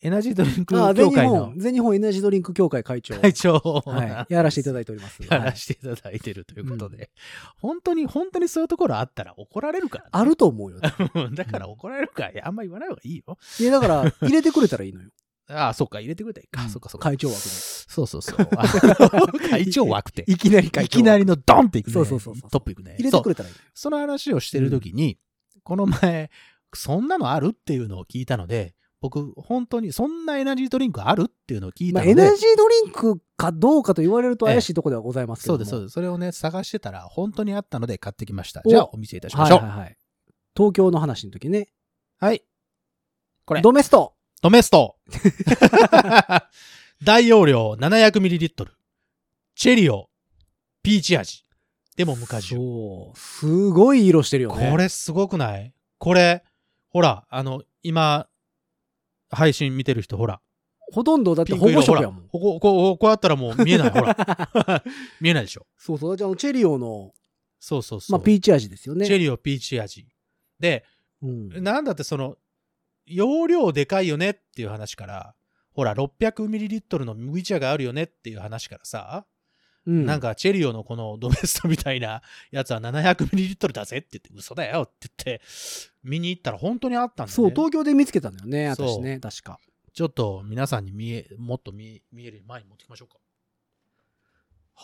C: エナジードリンク
B: ああ全
C: 協
B: 日
C: 会の
B: 本、全日本エナジードリンク協会会長。
C: 会長を
B: はいやらせていただいております。
C: や
B: は
C: ら
B: い
C: せていただいてるということで、本当に本当にそういうところあったら怒られるから、
B: あると思うよ。
C: ね、 だから怒られるからいやあんま言わない方がいいよ
B: いや、だから、入れてくれたらいいのよ。
C: ああそっか入れてくれたらいいか、
B: うん
C: そっかそっか
B: 会長枠
C: そうそうそうあ の会長枠って
B: で。いきなり会 長
C: いきなりのドンっていくね
B: そうそうそうそう
C: トップいくね
B: 入れてく
C: そう
B: れたらいいのよ。
C: その話をしてる時に、この前そんなのあるっていうのを聞いたので僕本当にそんなエナジードリンクあるっていうのを聞い
B: ま
C: た
B: あ、
C: ので、
B: エナジードリンクかどうかと言われると怪しいとこではございますけ
C: そ
B: ど
C: うですそう
B: で
C: ですそれをね探してたら本当にあったので買ってきました
B: お
C: じゃあお見せいたしま
B: は
C: し
B: い
C: ょう
B: はいはい。東京の話の時ね。
C: はいこれ
B: ドメスト
C: ドメスト。 大容量 700ml。チェリオ。ピーチ味。でも無果汁。
B: そう。すごい色してるよね。
C: これすごくないこれ、ほら、あの、今、配信見てる人、ほら。
B: ほとんどだって
C: ピン
B: 保
C: ク
B: 護色
C: 色ほら。
B: や
C: こ
B: もん。
C: こ、こここうやったらもう見えない。ほら。見えないでしょ。
B: そうそう。じゃあのチェリオの、
C: そうそうそう。
B: まあ、ピーチ味ですよね。
C: チェリオ、ピーチ味。で、
B: うん
C: なんだってその、容量でかいよねっていう話から、ほら、600ml の麦茶があるよねっていう話からさ、
B: うん
C: なんかチェリオのこのドメストみたいな やつは 700ml だぜって言って嘘だよって言って見に行ったら本当にあったんで、ね、
B: そう、東京で見つけたんだよね、
C: そう
B: 私ね、確か。
C: ちょっと皆さんに見えもっと見見える前に持ってきましょうか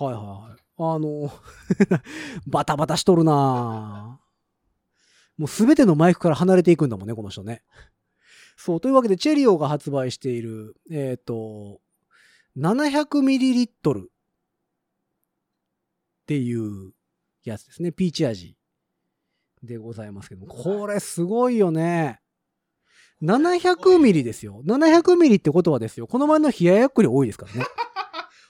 B: はいはいはい。あの、 バタバタしとるなぁもうすべてのマイクから離れていくんだもんね、この人ね。そう、というわけで、チェリオが発売している、えっ、と、700ml っていうやつですね。ピーチ味でございますけども、これすごいよね。700ml ですよ。700ml ってことはですよ。この前の冷ややっこより多いですからね。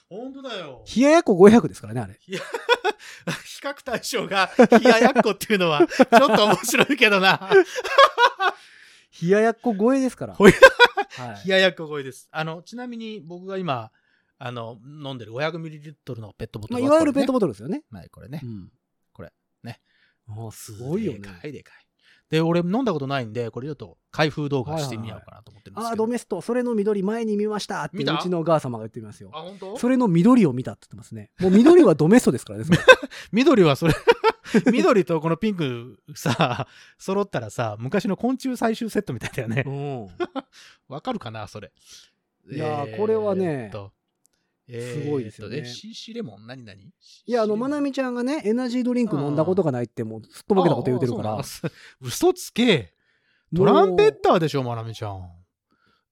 C: 本当だよ 比
B: 冷ややっこ500ですからね、あれ。
C: 較対象が冷ややっこっていうのはちょっと面白いけどな
B: 冷ややっこ超えですから。
C: ほい
B: はい
C: 冷ややっこ超えですあのちなみに僕が今あの飲んでる 500ml のペットボト
B: まあ、
C: ル
B: い
C: は
B: わゆるペットボ
C: ボ
B: トルですよね。
C: トル、はい、これね
B: うん、
C: これね。
B: ああすごいよね
C: で。かいでかい。で、俺飲んだことないんで、これちょっと開封動画してみようかなと思ってるんで
B: あ
C: す
B: あ、
C: けど。
B: ドメスト、それの緑前に見ましたって
C: 見
B: う
C: た
B: ちのお母様が言ってますよ。
C: あ、本当
B: それの緑を見たって言ってますね。もう緑はドメストですからね。 それ
C: 緑はそれ、 緑とこのピンクさ、揃ったらさ、昔の昆虫採集セットみたいだよね
B: う。ん、
C: わかるかな、それ。
B: いやーこれはね
C: えーっと
B: すごいですよね
C: えーっとえ CC レモン何何
B: いや、あの、まなみちゃんがね、エナジードリンク飲んだことがないって、もうすっとぼけたこと言うてるか
C: ああ
B: ら。
C: そうなん嘘つけ。トランペッ
B: も
C: ターでしょ、まなみちゃん。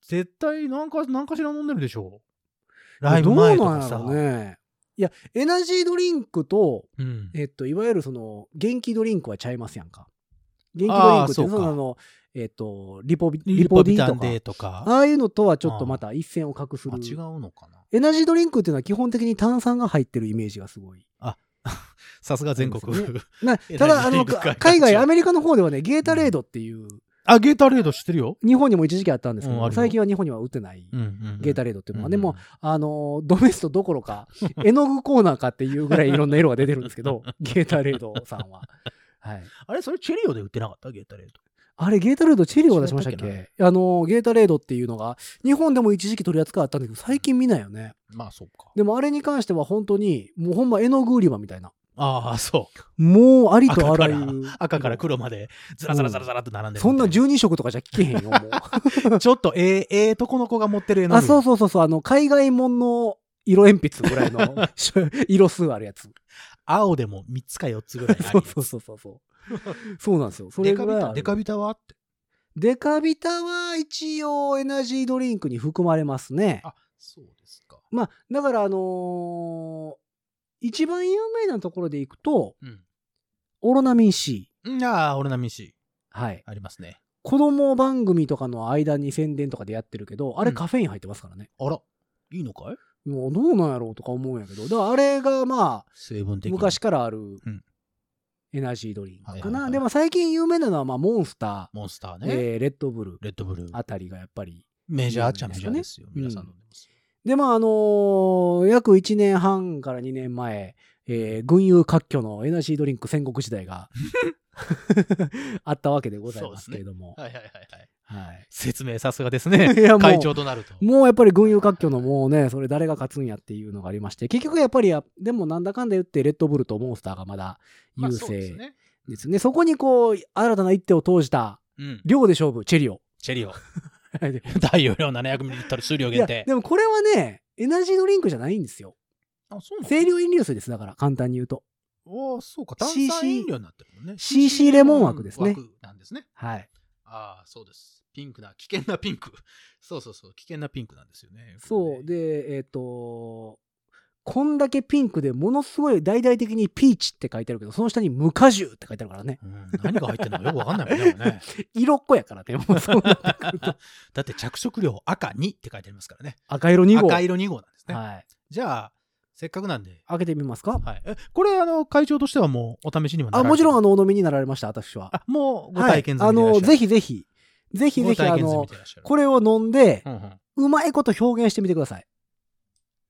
C: 絶対何か、何かしら飲んでるでしょ。
B: う
C: ライブ
B: どう
C: 前と
B: なん
C: か
B: や
C: さ。
B: ろうね。いや、エナジードリンクと、
C: うん。
B: えっと、いわゆるその、元気ドリンクはちゃいますやんか。元気ドリンク
C: あー
B: って、そ
C: そうか
B: の、あの、えっと、リポビ、
C: リ
B: リ
C: ポ
B: ポ
C: ビ
B: ディ
C: タ
B: と
C: ン
B: か。
C: デーとか。
B: ああいうのとはちょっとまた一線を画す
C: あ
B: る。
C: 違うのかな。
B: エナジードリンクっていうのは基本的に炭酸が入ってるイメージがすごい。
C: さすが全国。
B: そうでな
C: エナジー
B: ただ、あ
C: ドリ
B: の、
C: ンク
B: か
C: か
B: 海外、アメリカの方ではね、ゲータレードっていう、
C: あ、ゲータレード知ってるよ。
B: 日本にも一時期あったんですけ
C: うんあ
B: ど、
C: るよ
B: 最近は日本には売ってない。
C: うんうん。
B: ゲータレ
C: レ
B: ードっていうのは、
C: うん
B: でも、あのドメストどころ か絵の具コーナーかっていうぐらいいろんな色が出てるんですけどゲータレードさんは、はい、
C: あれ、それチェリオで売ってなかったゲータレード。
B: あれゲータレードチェリオが出しましたっけ
C: 違ったっ
B: あのゲータレードっていうのが日本でも一時期取り扱いあったんだけど最近見ないよね
C: まあ、そうか。
B: でもあれに関しては本当にもうほんま絵の具売り場みたいな
C: ああ、そう。
B: もうありとあらゆる
C: 赤から黒まで、ずらずらずらずらっと並んでる。
B: そんな12色とかじゃ聞けへんよもう
C: ちょっと、ええ、ええとこの子が持ってる 絵の具。
B: あそうそうそうそうあの海外もんの色鉛筆ぐらいの 色数あるやつ
C: 青でも3つか4つぐらいあ
B: そ
C: る
B: う。そうそうそうそうそうなんですよそれ
C: デ
B: ぐ
C: カ
B: ら
C: ビ
B: いある
C: タ、デカビタはあって。
B: デカビタは一応エナジードリンクに含まれますね
C: あ、そうですか。
B: まあ、だから、あのー一番有名なところでいくと、
C: うん
B: オロナミン C。
C: うん。ああ、オルナミン C。
B: はい。
C: ありますね。
B: 子供番組とかの間に宣伝とかでやってるけど、あれ
C: うん
B: カフェイン入ってますからね。
C: あら、いいのかい
B: もうどうなんやろうとか思うんやけど、だからあれがまあ、
C: 成分的に
B: 昔からある
C: うん
B: エナジードリンクかな。
C: はいはいはい
B: でも最近有名なのは、まあ、モンスタ
C: モンスター
B: ー、
C: ね、
B: えーレッドブル
C: レッドブルー
B: あたりがやっぱり。
C: メジャーっちゃ
B: 有
C: メ
B: 名です
C: ジャ
B: よね
C: ーですよ、皆さん飲んでます
B: で、まあ、あのー約1年半から2年前、えー群雄割拠のエナジードリンク戦国時代 があったわけでございますけれども。
C: はいはいはいはい
B: はい
C: 説明さすがですね
B: いやもう
C: 会長となると
B: もうやっぱり群雄割拠のもうね、それ誰が勝つんやっていうのがありまして、結局やっぱりや、でもなんだかんだ言って、レッドブルとモンスターがまだ
C: ま
B: 優勢
C: あそう
B: で
C: ですす
B: ね。
C: ね、
B: そこにこう、新たな一手を投じた、
C: うん、
B: 量で勝負、チェリ オ。
C: チェリオ
B: い
C: 大容量 700ml 数量限
B: や、
C: 定
B: でもこれはね、エナジードリンクじゃないんですよ。
C: あそうなの
B: 清涼飲料水です、だから、簡単に言うと。
C: おーそうか炭酸飲料になってるもんね
B: CC レモン枠ですね
C: 枠なんですね
B: はい。
C: ああそうですピンクな危険なピンク そうそうそう危険なピンクなんですよね
B: そう。
C: で
B: で、えっ、と、こんだけピンクでものすごい大々的にピーチって書いてあるけど、その下に無果汁って書いてあるから ね。
C: うん、何が入ってるのかよくわかんないもんねもうね。
B: 色っこやから ね、もう そうなってくると。
C: だって着色料赤2って書いてありますからね。
B: 赤色2号。
C: 赤色2号なんですね。
B: はい。
C: じゃあ、せっかくなんで、
B: 開けてみますか
C: はい、えこれあの、会長としてはもうお試しにはな
B: あ、
C: られて
B: もちろん、あ
C: ん
B: の、お飲みになられました、私は。
C: あもうご体験済
B: はい、あ
C: みでいらっし
B: の、
C: ゃる
B: ぜひぜひ、ぜひぜ
C: ご
B: ひ、
C: 体
B: あ
C: 験済み
B: の
C: で、いらっしゃる
B: これを飲んで、
C: うんうん
B: うまいこと表現してみてください。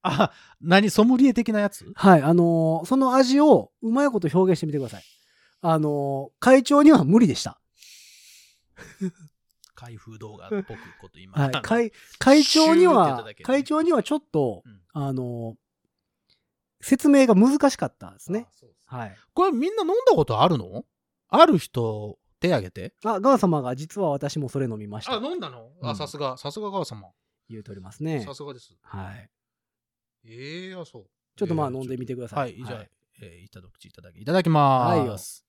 C: あ何ソムリエ的なやつ
B: はい、あのーその味をうまいこと表現してみてください。あのー会長には無理でした。
C: 開封動画っぽくこと今。
B: はい
C: あの。
B: 会、会長に
C: シューってやった
B: は
C: だけ、でね
B: 会長にはちょっと
C: うん、
B: あのー説明が難しかったですね
C: あ。そうです
B: はい。
C: これみんな飲んだことあるのある人、手挙げて。
B: あ、ガー様が実は私もそれ飲みました。
C: 飲んだの
B: うん
C: あ、さすが、さすが川様。
B: 言うておりますね
C: さ。すがです。
B: はい。
C: ええあ、そう。
B: ちょっとまあ
C: えー
B: 飲んでみてくださ。
C: はいい、じゃあ、えー、いただ口いただき、いただきま
B: はいよ
C: ーす。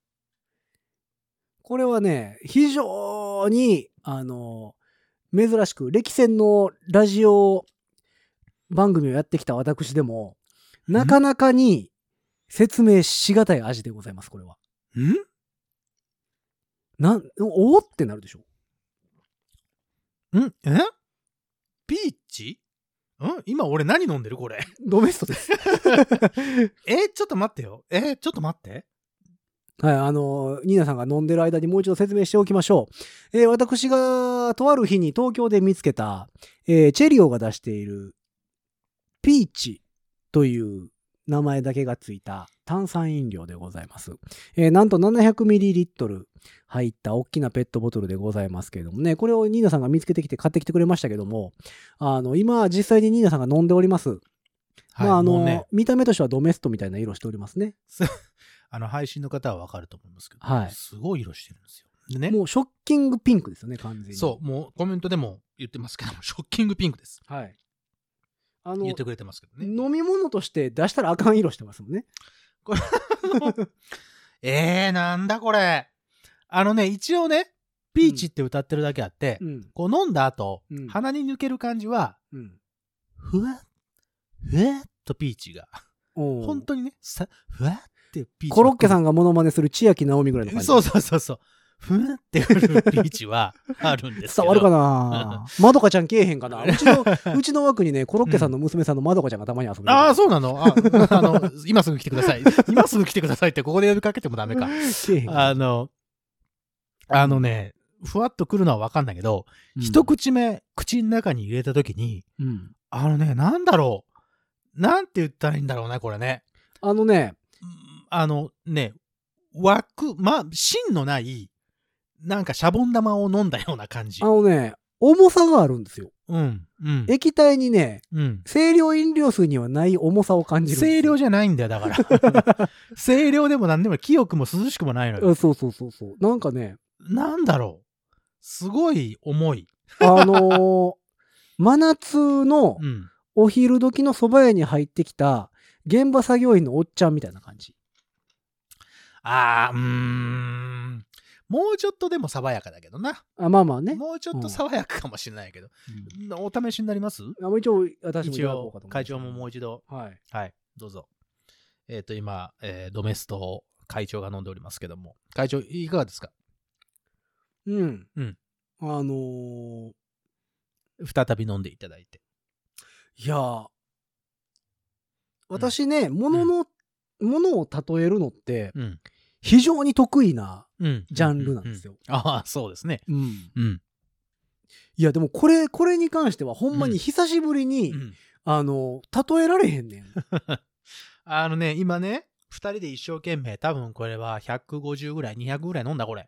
B: これはね、非常に、あの、珍しく、歴戦のラジオ番組をやってきた私でも、なかなかに説明しがたい味でございます、これは。
C: ん
B: なん、おおってなるでしょ
C: んえピーチん今俺何飲んでるこれ。
B: ドベストです。
C: え、ちょっと待ってよ。え、ちょっと待って。
B: はい、あの、ニーナさんが飲んでる間にもう一度説明しておきましょう。えー私が、とある日に東京で見つけた、えーチェリオが出している、ピーチという名前だけがついた炭酸飲料でございます。えーなんと 700ml 入った大きなペットボトルでございますけれどもね、これをニーナさんが見つけてきて買ってきてくれましたけども、あの、今実際にニーナさんが飲んでおります。
C: はい、
B: まあ、あ
C: も
B: の、
C: うね、
B: 見た目としてはドメストみたいな色しておりますね。
C: あの、配信の方はわかると思いますけど、
B: はい
C: すごい色してるんですよ。でね、
B: もうショッキングピンクですよね、完全に。
C: そう、もうコメントでも言ってますけども、ショッキングピンクです。
B: はい。あの、
C: 言ってくれてますけどね。
B: 飲み物として出したらあかん色してますもんね。
C: えー、なんだこれ。あのね、一応ね、ピーチって歌ってるだけあって、
B: うん。
C: こう飲んだ後、
B: うん
C: 鼻に抜ける感じは、
B: うん。
C: ふわっ、ふわっとピーチが。本
B: 本
C: 当にね、さ、ふわってピーチが。
B: コロッケさんがモノマネする千秋直美ぐらいの感じ。
C: そうそうそうそう。ふわってくるピーチはあるんですけど。
B: 伝わるか なまどかちゃんけえへんかなうちの、うちの枠にね、コロッケさんの娘さんのまどかちゃんがたまに遊んでる
C: ああ、そうなのあ あの、今すぐ来てください。 今すぐ来てくださいってここで呼びかけてもダメか。
B: けえへんかな
C: あの、あのね、ふわっとくるのはわかんないけど、
B: うん
C: 一口目、口の中に入れた時に、
B: うん
C: あのね、なんだろう。なんて言ったらいいんだろうね、これね。
B: あのね、
C: うんあのね、枠、ま、芯のない、なんかシャボン玉を飲んだような感じ
B: あ。のね、重さがあるんですよ。
C: うん。うん。
B: 液体にね、
C: うん。
B: 清涼飲料水にはない重さを感じるんですよ。
C: 清涼じゃないんだよ、だから。清涼でも何でも清くも涼しくもないの
B: う
C: よ。
B: んそうそうそうそう。なんかね、
C: なんだろう。すごい重い。
B: あのー 真夏の
C: うん。
B: お昼時の蕎麦屋に入ってきた現場作業員のおっちゃんみたいな感じ。
C: あー、うーん。もうちょっとでも爽やかだけどな。
B: あまあまあね。
C: もうちょっと爽やかかもしれないけど。お試しになります
B: あもう一応、私もい
C: 一
B: ただこ
C: 応
B: うかと思います、
C: 会長ももう一度。
B: はい。
C: はい、どうぞ。えっ、と、今、えードメストを会長が飲んでおりますけども、会長、いかがですか
B: うん。
C: うん
B: あのー
C: 再び飲んでいただいて。
B: いやー私ね、ものの、ものを例えるのって、
C: うん。
B: 非常に得意な
C: うん。
B: ジャンルなんです
C: よ。
B: よ。
C: ああ、そうですね。
B: うん
C: うん。
B: いや、でもこれ、これに関しては、ほんま
C: う
B: に
C: ん
B: 久しぶりに、あの、例えられへんねん。
C: あのね、今ね、二人で一生懸命、多分これは150ぐらい、200ぐらい飲んだ、これ。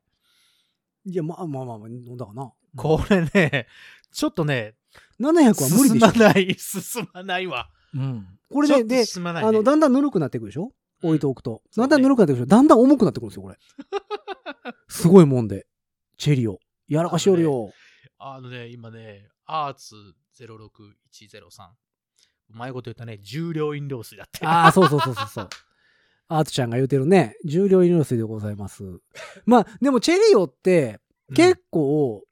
B: いや、まあまあまあ、飲んだかな。
C: これね、ちょっとね、
B: 700は無理
C: 進
B: でしょ
C: ま。ない、 進まないわ。
B: うんこれ
C: ちょ
B: ね、
C: っと
B: で、
C: 進まないね
B: あの、だんだんぬるくなっていくでしょ
C: うん
B: 置いておくと。
C: そう
B: だんだん
C: ね
B: ぬるくなっていくでしょだんだん重くなってくるんです よ、これ。すごいもんで。チェリオ。やらかしよるよ。
C: あのね、今ね、アーツ06103。うまいこと言ったね、重量飲料水だって。
B: ああ、そうそうそうそうそう。アートちゃんが言うてるね。重量飲料水でございます。まあ、でもチェリオって、結構、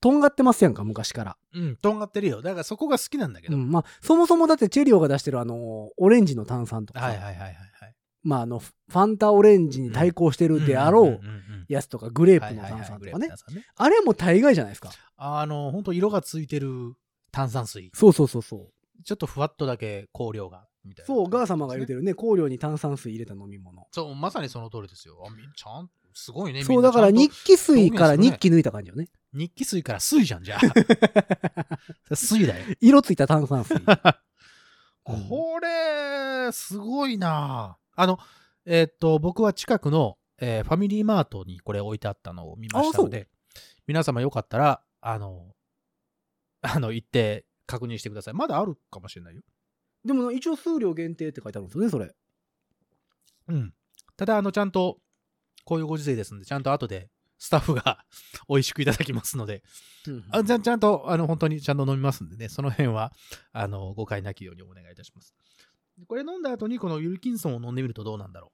B: とんがってますやんか、昔から。
C: うん、うん、とんがってるよ。だからそこが好きなんだけ
B: う
C: ど。
B: ん、まあ、そもそもだってチェリオが出してるあの、オレンジの炭酸とかさ、
C: はいはいはいはいはい。
B: まあ、あの、ファンタオレンジに対抗してるであろ
C: んん
B: うん
C: ん
B: やつとか、グレ
C: うん
B: ープの炭酸とか
C: はいはいはいグレープの
B: ね
C: 炭。酸ね。
B: あれも大概じゃないですか。
C: あの、本当色がついてる炭酸水。
B: そうそうそうそう。
C: ちょっとふわっとだけ香料が、みたいな。
B: そう、ガー様が言うて
C: る。
B: るね、香料に炭酸水入れた飲み物。
C: そう、まさにその通りですよ。あ、みちゃん、すごいね。
B: そ
C: み
B: う、
C: んな
B: だから
C: ちゃんと
B: 日記水から
C: 表現するね
B: 日記抜いた感じよね。
C: 日記水から水じゃん、じ ゃあ。水だよ。
B: 色ついた炭酸 水。うん
C: これ、すごいなあの、えーっと、僕は近くの、えーファミリーマートにこれ置いてあったのを見ましたので、皆様よかったら、あの、あの、行って確認してください。まだあるかもしれないよ。
B: でも一応数量限定って書いてあるんですよね、それ。
C: うん。ただ、あの、ちゃんと、こういうご時世ですので、ちゃんと後で、スタッフが 美味しくいただきますので、あちゃんちゃんと、あの、本当にちゃんと飲みますんでね、その辺は、あの、誤解なきようにお願いいたします。でこれ飲んだ後に、このユルキンソンを飲んでみるとどうなんだろ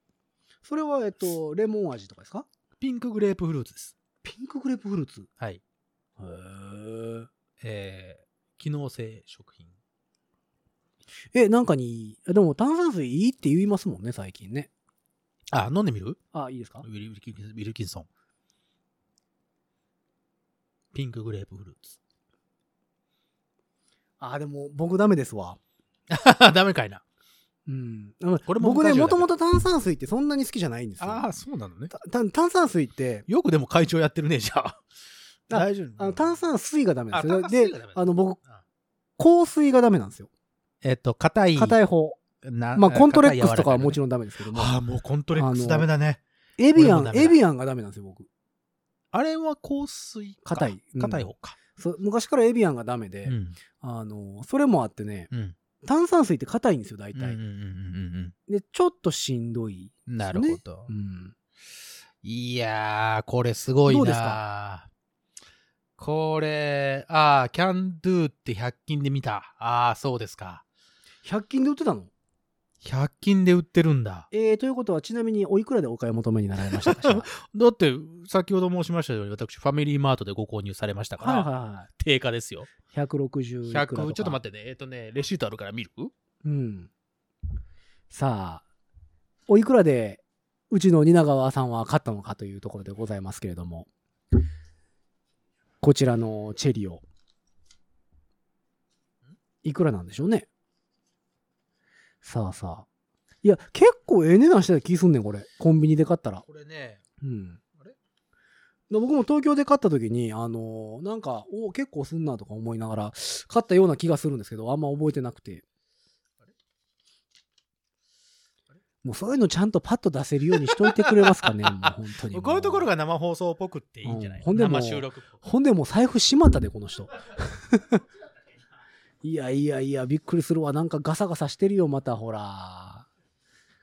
C: う。
B: それは、えっと、レモン味とかですか
C: ピンクグレープフルーツです。
B: ピンクグレープフルーツ。
C: はい。
B: へー
C: えー、機能性食品。
B: え、なんかに、でも炭酸水いいって言いますもんね、最近ね。
C: あ、飲んでみる
B: あ、いいですか
C: ウィルウィルキンウィルキンソン。ピンクグレープフルーツ。
B: あ、でも僕ダメですわ。
C: ダメかいな。
B: うん。あの
C: これも
B: 僕ね、
C: 昔は
B: も
C: ダ
B: と
C: メ
B: もと炭酸水ってそんなに好きじゃないんですよ。
C: あ、そうなのね。
B: たた炭酸水って、
C: よくでも会長やってるね、じゃあ。大丈夫。
B: あの炭酸水がダメなんですよ。
C: あ炭酸水
B: で
C: がダメ、
B: あの僕、
C: あ
B: 香水がダメなんですよ。
C: えっと、硬い。
B: 硬い方。
C: な
B: まあ、コントレックスとかはもち
C: ろ
B: ろ
C: ん。
B: んダメですけども。
C: ああ、もうコントレックスダメだね。
B: エビア
C: 俺もダ
B: ン、
C: メだ
B: エビアンがダメなんですよ、僕。
C: あれは香水か。
B: 硬いうん
C: 硬い方か。
B: そう昔からエビアンがダメで、
C: うん。
B: あの、それもあってね、
C: うん。
B: 炭酸水って硬いんですよ、大
C: うんうんうん
B: 体。
C: うん
B: で、ちょっとしんどい。
C: うん。なるほど
B: う。ん。
C: いやー、これすごいな
B: どうですか
C: これ、あー、キャンドゥって100均で見た。あー、そうですか。
B: 100均で売ってたの
C: 100均で売ってるんだ。
B: えー、ということは、ちなみにおいくらでお買い求めになられましたかしらはい
C: だって、先ほど申しましたように、私、ファミリーマートでご購入されましたから、
B: は
C: 定価ですよ。
B: いはい。160いくら
C: 100、
B: と
C: ちょ
B: か。
C: っと待ってね。えっ、とね、レシートあるから見る
B: うん。さあ、おいくらで、うちの蜷川さんは勝ったのかというところでございますけれども、こちらのチェリオ、いくらなんでしょうね。さあさあ。いや、結構ええ値段してた気すんねん、これ。コンビニで買ったら。
C: これね、
B: うん
C: あれ。
B: 僕も東京で買った時に、あのなんか、お結構すんなとか思いながら、買ったような気がするんですけど、あんま覚えてなくて
C: あれ。
B: もうそういうのちゃんとパッと出せるようにしといてくれますかね、もう本 当に。
C: こういうところ
B: が。
C: が生放送っぽくっていいんじゃない、
B: うんほんでもう
C: 生収録っぽく。
B: ほんでもう財布閉まったで、この人。 いやいやいや、びっくりするわ。なんかガサガサしてるよ、またほら。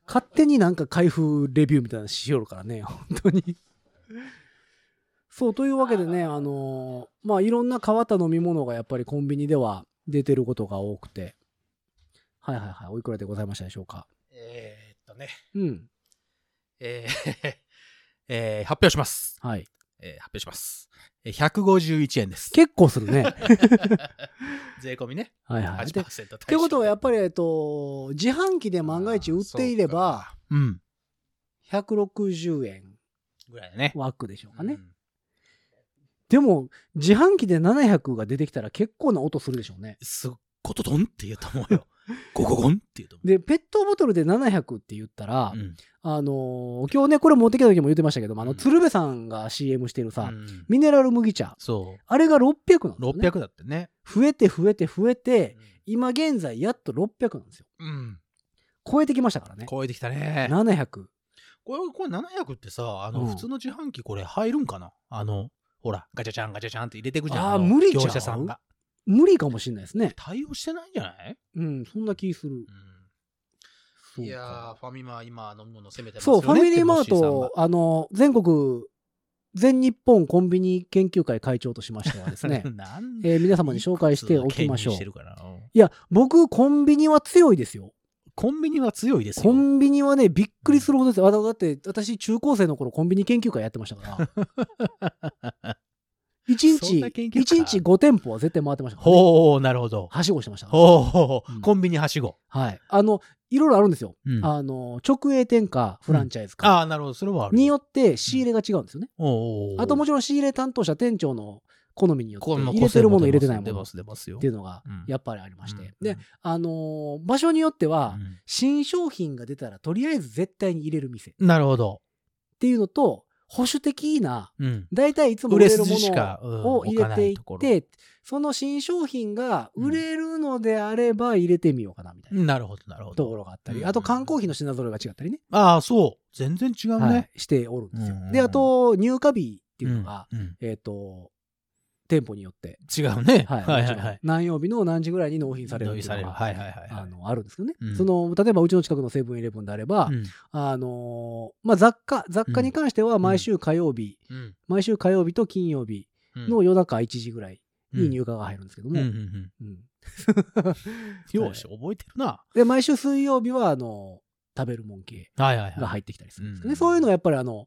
B: 勝手になんか開封レビューみたいなのしよるからね、本当に。そう、というわけでね、あのーまあ、いろんな変わった飲み物がやっぱりコンビニでは出てることが多くて。はいはいはい、おいくらでございましたでしょうか。
C: えー、っとね、
B: うん、
C: えーえー発表します。
B: はい。
C: えー発表します。えー151円です。
B: 結構するね。
C: 税込みね。
B: はいはい。
C: 8%
B: で
C: 対
B: っ
C: 象で。って
B: ことは、やっぱり、えっと、自販機で万が一売っていれば、
C: り、うん。
B: 160円
C: ぐらいだね。
B: 枠でしょうかね、
C: うん
B: でも自販機で700が出てきたら結構な音するでしょうね
C: すっごとどんって言うと思うよ。ゴゴゴンって言うと思
B: で、ペットボトルで700って言ったら、
C: う。うん
B: あのー今日ね、これ持ってきた時も言ってましたけども、あ
C: う
B: の、
C: ん
B: 鶴瓶さんが CM してるさ、
C: うん
B: ミネラル麦茶。
C: そ
B: あれが600なん
C: う。
B: ですよ、ね。
C: 600だってね。
B: 増えて増えて増えて、今現在やっと600なんですよ。
C: うん。
B: 超えてきましたからね。
C: 超えてきたね。
B: 700。
C: これ、これ700ってさ、あ
B: う
C: の、
B: ん
C: 普通の自販機これ入るんかなあの、ほら、ガチャチャンガチャチャンって入れてくじゃん。
B: あー
C: の
B: 無理ちゃう
C: 業者さんが。
B: 無理かもしれないですね。
C: 対応してないんじゃない、
B: うん、そんな気する。
C: うん、
B: そう
C: い
B: か
C: やー、ファミマ今飲み物攻めてますよ
B: そ
C: ね。
B: う、ファミリーマー
C: ティモシさんが、
B: ト、あの、全国、全日本コンビニ研究会会長としましてはですね
C: なんで
B: えー皆様に紹介しておきましょう
C: 兼任。てるからうん
B: いや、僕、コンビニは強いですよ。
C: コンビニは強いです
B: コ
C: よ。
B: ンビニはね、びっくりするほどですよ。あだだって、私、中高生の頃、コンビニ研究会やってましたから。 一
C: そんな
B: 日、
C: 研
B: 一
C: 究会
B: 日5店舗は絶対回ってましたから、ね。
C: ほう、なるほど。
B: はしごしてましたから。
C: ほうほうほう、
B: うん
C: コンビニはしご。
B: はい。あの、いろいろあるんですよ。
C: うんあ
B: あの、直営店か、フランチャイズか、
C: あー、なるほど。それはある。
B: によって仕入れが違うんですよね。
C: おうおうおう
B: あともちろん仕入れ担当者、店長の好みによって、
C: こう
B: 入れてるもの、
C: 個性
B: 入れてないも
C: 出
B: のっ
C: ます、出ますよ。
B: ていうのが
C: うん、
B: やっぱりありまし
C: うん
B: て。で、、あのー場所によって
C: う
B: は、
C: ん
B: 新商品が出たら、とりあえず絶対に入れる店っ
C: なるほど。
B: ていうのと、保守的な、
C: うん。
B: 大体いつも
C: 売
B: 売
C: れ
B: れる
C: 筋
B: も
C: しか、う
B: の
C: ん
B: を入れてい
C: 置か
B: っ
C: ないとこ
B: て、その新商品が売れるのであれば入れてみようかなみたいな
C: ろなるほど、なるほ
B: と
C: ど。
B: ころがあった
C: う
B: り、
C: ん
B: あと缶コーヒーの品揃えが違ったりね、
C: ああ、そう。全然違うね。
B: はい、しておるんですよ
C: うんうんう。ん
B: で、あと、入荷日っていうのが、
C: うんうん
B: えっと、店舗によって、
C: 違うね。
B: はい、
C: はい
B: も
C: は
B: ち
C: い
B: ろ
C: は
B: ん
C: い。
B: 何曜日の何時ぐらいに納品される
C: 同
B: って
C: 意
B: いう
C: さ
B: の
C: れる。
B: が
C: はいはいはいは
B: あ
C: い。
B: のあるんですけどね
C: うん。
B: その、例えばうちの近くのセブンイレブンであれば
C: う、ん
B: あのー、まあ、雑貨、雑貨に関しては毎週火曜日、
C: うん
B: 毎週火曜日と金曜日
C: うん
B: の夜中1時ぐらいに入
C: うん
B: 荷が入るんですけど
C: うん
B: も
C: う、んうん。
B: うん。
C: よし、覚えてるな。
B: で、毎週水曜日は、あの、食べるもん系
C: はいはい
B: が
C: はい。
B: 入ってきたりするんですけど
C: うん
B: ね。そういうのはやっぱり、あの、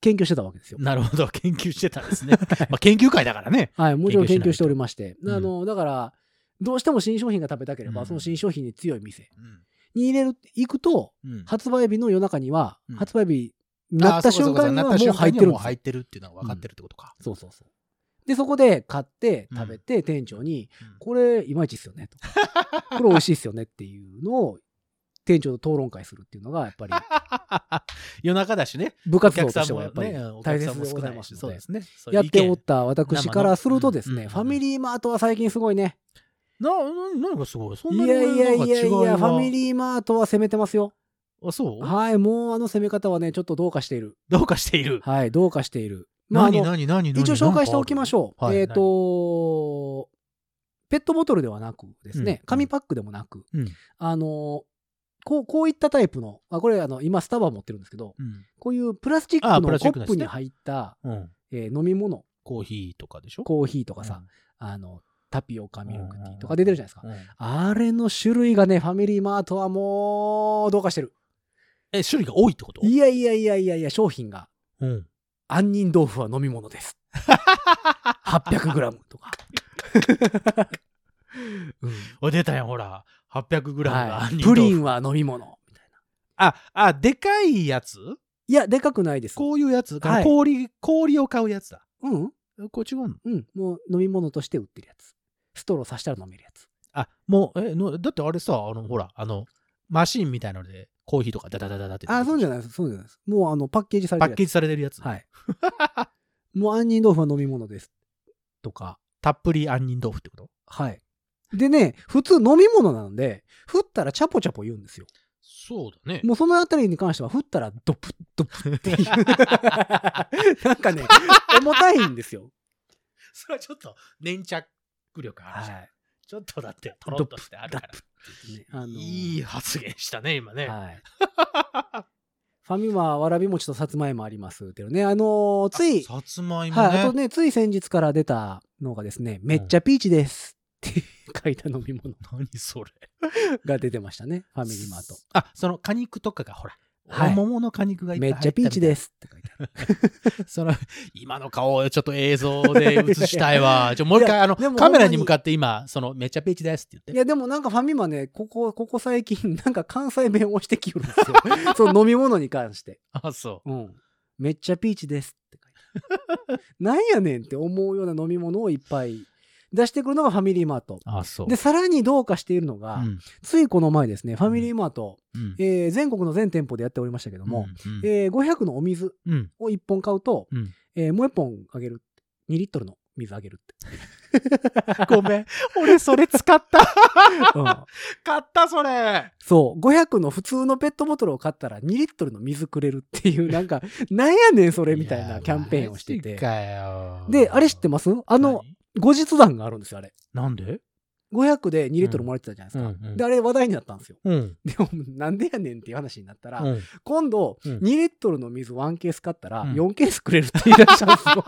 B: 研究してたわけですよ。
C: なるほど。研究してた んですね。まあ研究会だからね。
B: はい、もちろん
C: 研
B: 研
C: 究
B: 究
C: しないと
B: しておりまして。
C: うん
B: あの、だから、どうしても新商品が食べたければ、
C: うん
B: その新商品に強い店
C: うん
B: に入れる、行くと、
C: うん
B: 発売日の夜中には、
C: うん
B: 発売日になった瞬間にはもう入ってるん
C: もう
B: です
C: 入っ
B: よ。
C: てるっていうのが分かってるってことか。
B: そうそうそう。で、そこで買って、食べて、店長に、これ、いまいちっすよね、と。これ美味しいっすよねっていうのを、店長と討論会するっていうのが、やっ ぱり、
C: 夜中だしね。
B: 部
C: お
B: 活動
C: 客
B: と
C: さん
B: して
C: も
B: はや
C: ね
B: っぱり、
C: お
B: 大
C: 客
B: 切
C: さんも
B: で
C: 少
B: ござ
C: ないい
B: ま
C: し。
B: す
C: そ
B: の
C: う
B: で
C: で、すね。そういう
B: やっておっ
C: 意
B: た私からするとです
C: 生のう
B: ね、
C: ん
B: ファミリーマートは最近すごいね。
C: 見な、な、何がすごいそん
B: い
C: なに
B: やいやいやいや、
C: 違
B: フ
C: うな
B: ァミリーマートは攻めてますよ。
C: あ、そう
B: はい、もうあの攻め方はね、ちょっとどうかしている。
C: どうかしている。
B: はい、どうかしている。まあ、あ
C: 何、
B: の、
C: 何、何、何
B: 一応紹介しておきましょう。
C: はい
B: えっと、ペットボトルではなくですね、
C: うん
B: 紙パックでもなく、
C: う。うん。
B: あの、こう、こういったタイプの、あこれあの、今スタバ持ってるんですけど、
C: うん
B: こういうプラスチック
C: あプラ
B: の
C: スチ
B: コ
C: ック
B: ッ
C: のやつ
B: プ
C: ね
B: に入った、
C: うん。
B: えー飲み物、
C: コーヒーとかでしょ
B: コーヒーとかさ、
C: う
B: あの、タピオカ
C: ん
B: ミルクティーとか出てるじゃないですか。
C: うん
B: あれの種類がね、ファミリーマートはもう、どうかしてる。
C: え、種類が多いってこと
B: いやいやいやいやいや、商品が、
C: うん。
B: 杏仁豆腐は飲み物 です。800g と か。うん
C: お出たやん、ほら。800グラムが
B: は
C: 杏
B: い、
C: 仁豆
B: プ
C: 腐
B: リンは飲み物。みたいな
C: あ、あ、でかいやつ
B: いや、でかくないです。
C: こういうやつ、
B: はい
C: 氷、氷を買うやつだ。
B: うん
C: これ違うの
B: うん。もう飲み物として売ってるやつ。ストローさしたら飲めるやつ。
C: あ、もう、え、のだってあれさ、あの、ほら、あの、マシンみたいので、コーヒーとかダダダダダって。
B: あ、そうじゃ
C: ない
B: ないです。そうじゃないです。もうあの、パッケージされ
C: パ
B: て
C: ッ
B: る
C: ケー
B: や
C: ジされてるやつ。
B: つ。はい。 もう杏仁豆腐は飲み物です。とか。
C: たっぷり杏仁豆腐ってこと
B: はい。でね、普通飲み物なんで、振ったらチャポチャポ言うんですよ。
C: そうだね。
B: もうそのあたりに関しては、振ったらドプッドプッって いう。なんか ね、重たいんですよ。
C: それはちょっと、粘着力あるじゃん。
B: い。
C: ちょっとだって、とろっとしてあるから。
B: ねあの
C: いい発言したね、今 ね。
B: はい。ファミマ、わらび餅とさつまいもありますっていうね。あのーつい、
C: さつまいもね。
B: はい、あとね、つい先日から出たのがですね、めっちゃピーチですって書いた飲み物
C: 何それ。
B: が出てました ね、ファミリーマート。
C: あ、その果肉とかがほら、
B: はい
C: 桃の果肉がいっぱ
B: め
C: い。
B: っちゃピーチですすって書いてある。
C: その、今の顔をちょっと映像で映したいわ。ちょ、もう一
B: い
C: 回、
B: や
C: あの、
B: でも
C: カメラに向かって今、その、めっちゃピーチですって
B: い
C: 言って。
B: や、でもなんかファミマね、ここ、ここ最近、なんか関西弁をしてきよるんです よ。その飲み物に関して。
C: あ、そ
B: うん。め っちゃピーチですって書いてある。なんやねんって思うような飲み物をいっぱい。出してくるのがファミリーマート。
C: あ、そう。
B: で、さらにどうかしているのが、
C: うん
B: ついこの前ですね、ファミリーマート、
C: うん
B: えー全国の全店舗でやっておりましたけども、
C: うんうん
B: えー500のお水
C: うん
B: を1本買うと、
C: うん
B: えーもう1本あげる。2リットルの水あげるって。
C: ごめん。俺、それ使った。
B: うん
C: 買った、それ。
B: そう、500の普通のペットボトルを買ったら2リットルの水くれるって いう、なんか、なんやねんそれみたいなキャンペーンをして
C: いや
B: て
C: マジ。かよ
B: で、あれ知ってますあの、後日談があるんですよ、あれ。
C: 何なんで
B: 500で2リットルもらってたじゃないですか。
C: うんうん
B: で、あれ話題になったんですよ。
C: うん。
B: でも、なんでやねんっていう話になったら、
C: うん
B: 今度、
C: うん
B: 2リットルの水1ケース買ったら、
C: うん
B: 4ケースくれるって言い出したんです よ。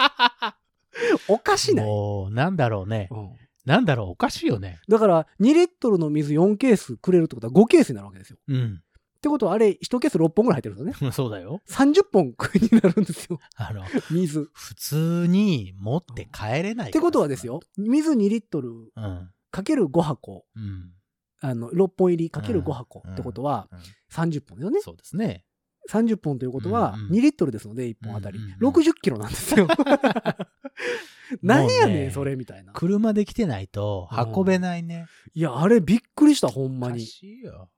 B: おかしない、
C: もう、なんだろうね
B: う。ん
C: なんだろう、おかしいよね。
B: だから、2リットルの水4ケースくれるってことは5ケースになるわけですよ。
C: うん。
B: ってことは、あれ、1ケース6本ぐらい入ってるんですよね。
C: そうだよ。
B: 30本くになるんですよ。
C: あの、
B: 水。っ
C: 普通に持って帰れない。
B: てことはです。よ、水2リットル
C: うん。
B: かける5箱、
C: うん。
B: あの、6本入りかける5箱
C: うん
B: ってことは
C: うん、
B: 30本だよね。
C: そうですね。
B: 30本ということは
C: うんうん
B: 2リットルですので1本あたり
C: うんうんうん
B: 60キロなんです よ。なんや
C: もう
B: ね
C: ね
B: んそれみたいな。
C: 車で来てないと運べないね。
B: いやあれびっくりしたほん
C: お
B: ま
C: か
B: に。
C: しいよ。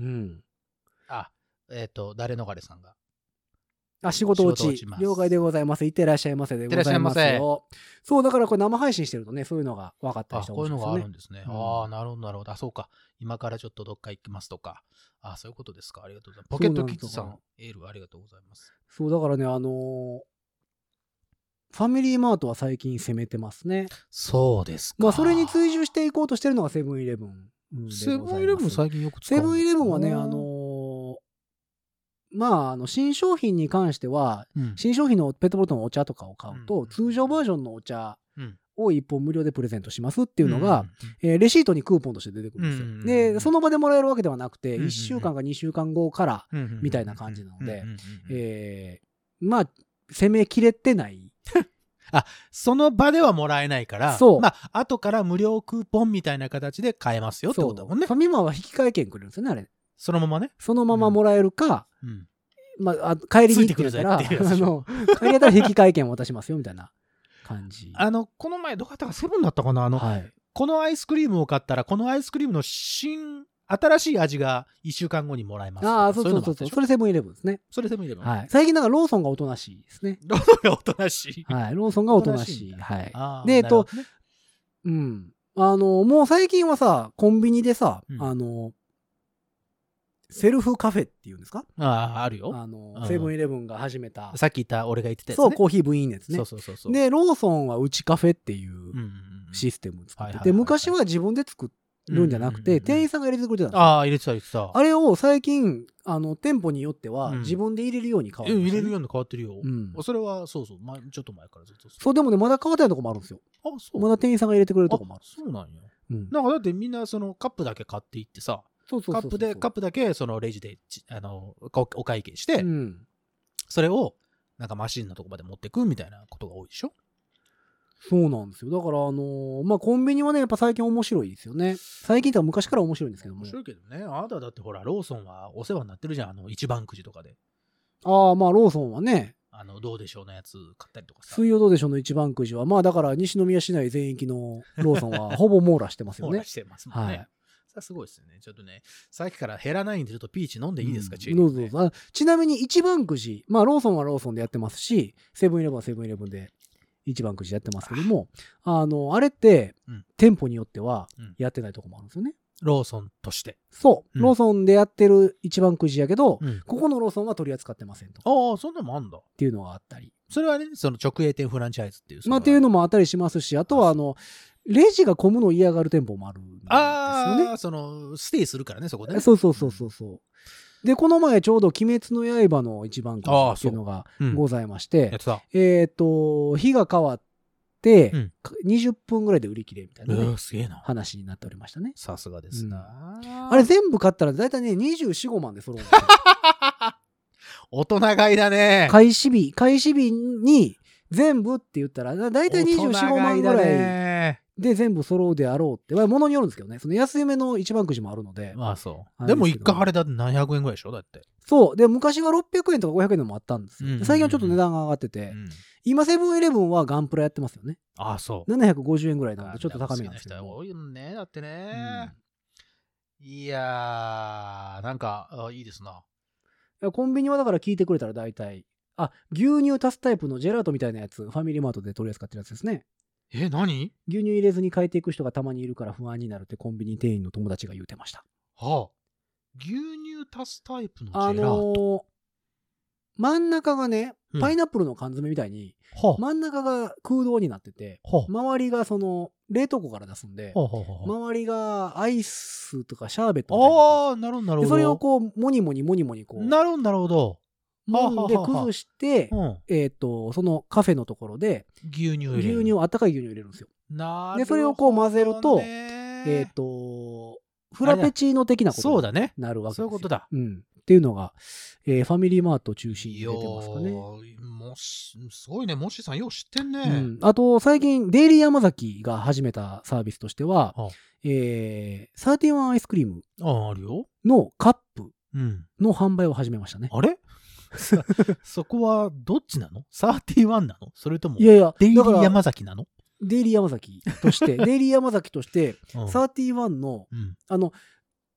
B: うん。
C: あ、えっと、誰のがれさんが。
B: あ仕事落
C: 仕事
B: ち
C: 落ちます
B: 了解でございます。いってらっしゃいませでございます
C: いってらっしゃい
B: よ。そうだからこれ生配信してるとねそういうのが分かった
C: あ、
B: りして
C: こう
B: 面
C: いう
B: 白
C: の
B: いで
C: が
B: す
C: あ
B: よね
C: るん。ですね。
B: うん
C: ああ、なるほど、なるほど。あ、そうか。今からちょっとどっか行きますとか。あそういうことですか。ありがとうございます。ポケットキッズさ
B: そうなんん、
C: エールありがとうございます。
B: そうだからねあのーファミリーマートは最近攻めてますね。
C: そうですか。
B: まあそれに追従していこうとしてるのがセブンイレブンでございます。
C: セブンイレブン最近よく使
B: セ
C: うんだ
B: ブンイレブンはね、あ、のーまあ、あの、新商品に関しては、
C: うん
B: 新商品のペットボトルのお茶とかを買うと、
C: うん
B: 通常バージョンのお茶
C: うん
B: を1本無料でプレゼントしますっていうのが、
C: ん、
B: えーレシートにクーポンとして出てくるんですよ。
C: うんうんうん
B: で、その場でもらえるわけではなくて、
C: うんうん
B: 1週間か2週間後から、みたいな感じなので
C: うんうんうんうん
B: えーまあ、攻めきれてない。
C: その場ではもらえないから、
B: そう
C: まあ、後から無料クーポンみたいな形で買えますよってことだもんね
B: フ。ァミマは引き換え券くれるんですよね、あれ。
C: そのままね。
B: そのままもらえるか、
C: うん
B: まあ、あ帰りに行ってたら、あ
C: ついてくるぜっていうやつでし
B: の、帰りやったら引き換え券渡しますよ、みたいな感じ。
C: あの、この前、どこだったか、セブンだったかなあの、
B: はい。
C: このアイスクリームを買ったら、このアイスクリームの新、新しい味が1週間後にもらえますとか。
B: ああ、そうそうそうそう。
C: いの
B: そ
C: もあったでしょ
B: れセブンイレブンですね。
C: それでもいれば。
B: はい。最近だからローソンがおとなしいですね。
C: どのよ、おとなしい。
B: はい。ローソンがおとな しい。
C: おとなし
B: はい。
C: あー
B: でえっと、
C: なる
B: うん。あの、もう最近はさ、コンビニでさ、
C: うん
B: あの、セルフカフェっていうんですか
C: ほどねあー、あるよ。
B: あの
C: う、ん
B: セブンイレブンが始めた。
C: さっき言った俺が言ってたやつ、ね。
B: そう、コーヒー部員ですね
C: そう。そうそうそう。
B: で、ローソンはうちカフェってい
C: うん
B: う
C: うんうん、
B: システムを作っ
C: はい
B: て
C: はいはい
B: て、
C: はい
B: 昔は自分で作るんじゃなく
C: うんうんうん
B: て、
C: うん
B: 店員さんが入れてくれてたんですよ
C: ああ、入れてた、入れてた。
B: あれを最近、あの、店舗によっては
C: うん
B: 自分で入れるように変わ
C: え
B: りま
C: 入
B: したね
C: れるように変わってるよ。
B: うん
C: それは、そうそう、ま、ちょっと前からずっとそう。
B: そう、でもね、まだ変わってないとこもあるんですよ。
C: あ、そう。
B: まだ店員さんが入れてくれるとこもあ
C: あ、
B: る。
C: そうなんや。
B: うん
C: なんかだってみんなそのカップだけ買っていってさ、
B: そうそう
C: カ
B: そう
C: ップで、カッ
B: プ
C: プだけそのレジでち、あの、おお会計して、
B: うん。
C: それを、なんかマシンのとこまで持ってくみたいなことが多いでしょ
B: そうなんですよ。だから、あのーまあ、コンビニはね、やっぱ最近面白いですよね。最近とか昔から面白いんですけども
C: 面。白いけどね。あなただってほら、ローソンはお世話になってるじゃん。あの、一番くじとかで。
B: ああ、まあ、ローソンはね、
C: あの、どうでしょうのやつ買ったりとかさ。
B: 水曜どうでしょうの一番くじは、まあ、だから、西宮市内全域のローソンは、ほぼ網羅してますよ
C: ほら
B: ね。
C: してますもんね。
B: はい
C: さあすごいですよね。ちょっとね、さっきから減らないんで、ちょっとピーチ飲んでいいですか、
B: うん
C: チェリー
B: ど
C: ね
B: うぞどうぞあちなみに、一番くじ、まあ、ローソンはローソンでやってますし、セブンイレブンはセブンイレブンで一番くじやってますけども、あの、あれって
C: うん、
B: 店舗によっては
C: うん、
B: やってないとこもあるんですよね。
C: ローソンとして。
B: そう、
C: うん
B: ローソンでやってる一番くじやけど、
C: うん
B: ここのローソンは取り扱ってませんとかっ
C: ああ、そんなのもあんだ。
B: ていうのがあったり、
C: それはね、その直営店フランチャイズっていう。
B: まあっていうの
C: の
B: もあったりしますし、あとはあの、レジが混むのを嫌がる店舗もあるんです
C: あ
B: よ
C: あ、その、ステイするからね、そこでね。
B: ね。そうそうそうそうそう。で、この前ちょうど鬼滅の刃の一番くじっていうのが
C: うん
B: ございまして
C: やっ、てた。
B: えっ、と、日が変わって、
C: うん
B: 20分ぐらいで売り切れみたいうなね、
C: わすげえな。
B: 話になっておりましたね。
C: さすがですな、
B: あれ全部買ったら大体ね、24、5万で揃うんですよ。
C: 大人買いだね。
B: 開始日、開始日に全部って言ったら、だいたい
C: 大
B: 24、
C: 人
B: 5
C: 買
B: 万
C: い
B: ぐ
C: だ
B: らい
C: ね。
B: で全部揃うであろうって、まあ、ものによるんですけどね、その安夢の一番くじもあるので、
C: まあそう。
B: あれですけど
C: でも一回晴れだって700円ぐらいでしょだって。
B: そう、で、昔は600円とか500円のもあったんです
C: うんうん
B: よ。
C: うんうん
B: で最近はちょっと値段が上がってて
C: う、ん
B: 今、セブンイレブンはガンプラやってますよね。
C: ああ、そう。
B: 750円ぐらいなんで、ちょっと高めなんですけ
C: 好きな人
B: ど。
C: 多いよね。だってね。いやー、なんか、あいいですな。
B: うんコンビニはだから聞いてくれたら大体、あ、牛乳足すタイプのジェラートみたいなやつ、ファミリーマートで取り扱ってるやつですね。
C: え、何
B: 牛乳入れずに変えていく人がたまにいるから不安になるってコンビニ店員の友達が言うてました。
C: はあ。牛乳足すタイプのジェラ
B: あ
C: ート。
B: のー真ん中がね
C: うん、
B: パイナップルの缶詰みたいに、
C: はあ
B: 真ん中が空洞になってて、
C: はあ
B: 周りがその、冷凍庫から出すんで、
C: はあはあは
B: 周りがアイスとかシャーベットみたいになって
C: ああー、なるほど、な
B: るで
C: るほど。
B: それをこう、もにもにもにもにこう、
C: なるほど、なるほど。はあはあ
B: もんで
C: はあはあ
B: 崩して、
C: うん。
B: えっ、と、そのカフェのところで、
C: 牛乳入れ
B: 牛
C: る。
B: 乳、あったかい牛乳入れるんですよ。
C: なるほどね
B: でそれをこう混ぜるとえ
C: え
B: っ、と、フラペチーノ的なこと
C: そう
B: に
C: だね。
B: なるわけです
C: そう
B: よ
C: いうことだ。
B: うん。っていうのが、えーファミリーマートを中心に
C: い
B: 出
C: や
B: てますかね。
C: ーもし、すごいね。もしさん、よう知ってんね。
B: うん、あと、最近、デイリー山崎が始めたサービスとしては
C: はあ、
B: えー、31アイスクリーム
C: ああ、あるよ。
B: のカップ
C: うん。
B: の販売を始めましたね。
C: あれさそこはどっちなの ?31 なのそれとも、
B: いやいや、
C: デイリ
B: だから
C: ー山崎なの、
B: デイリー山崎と して、デイリー山崎として、
C: うん、
B: 31の、
C: うん
B: あの、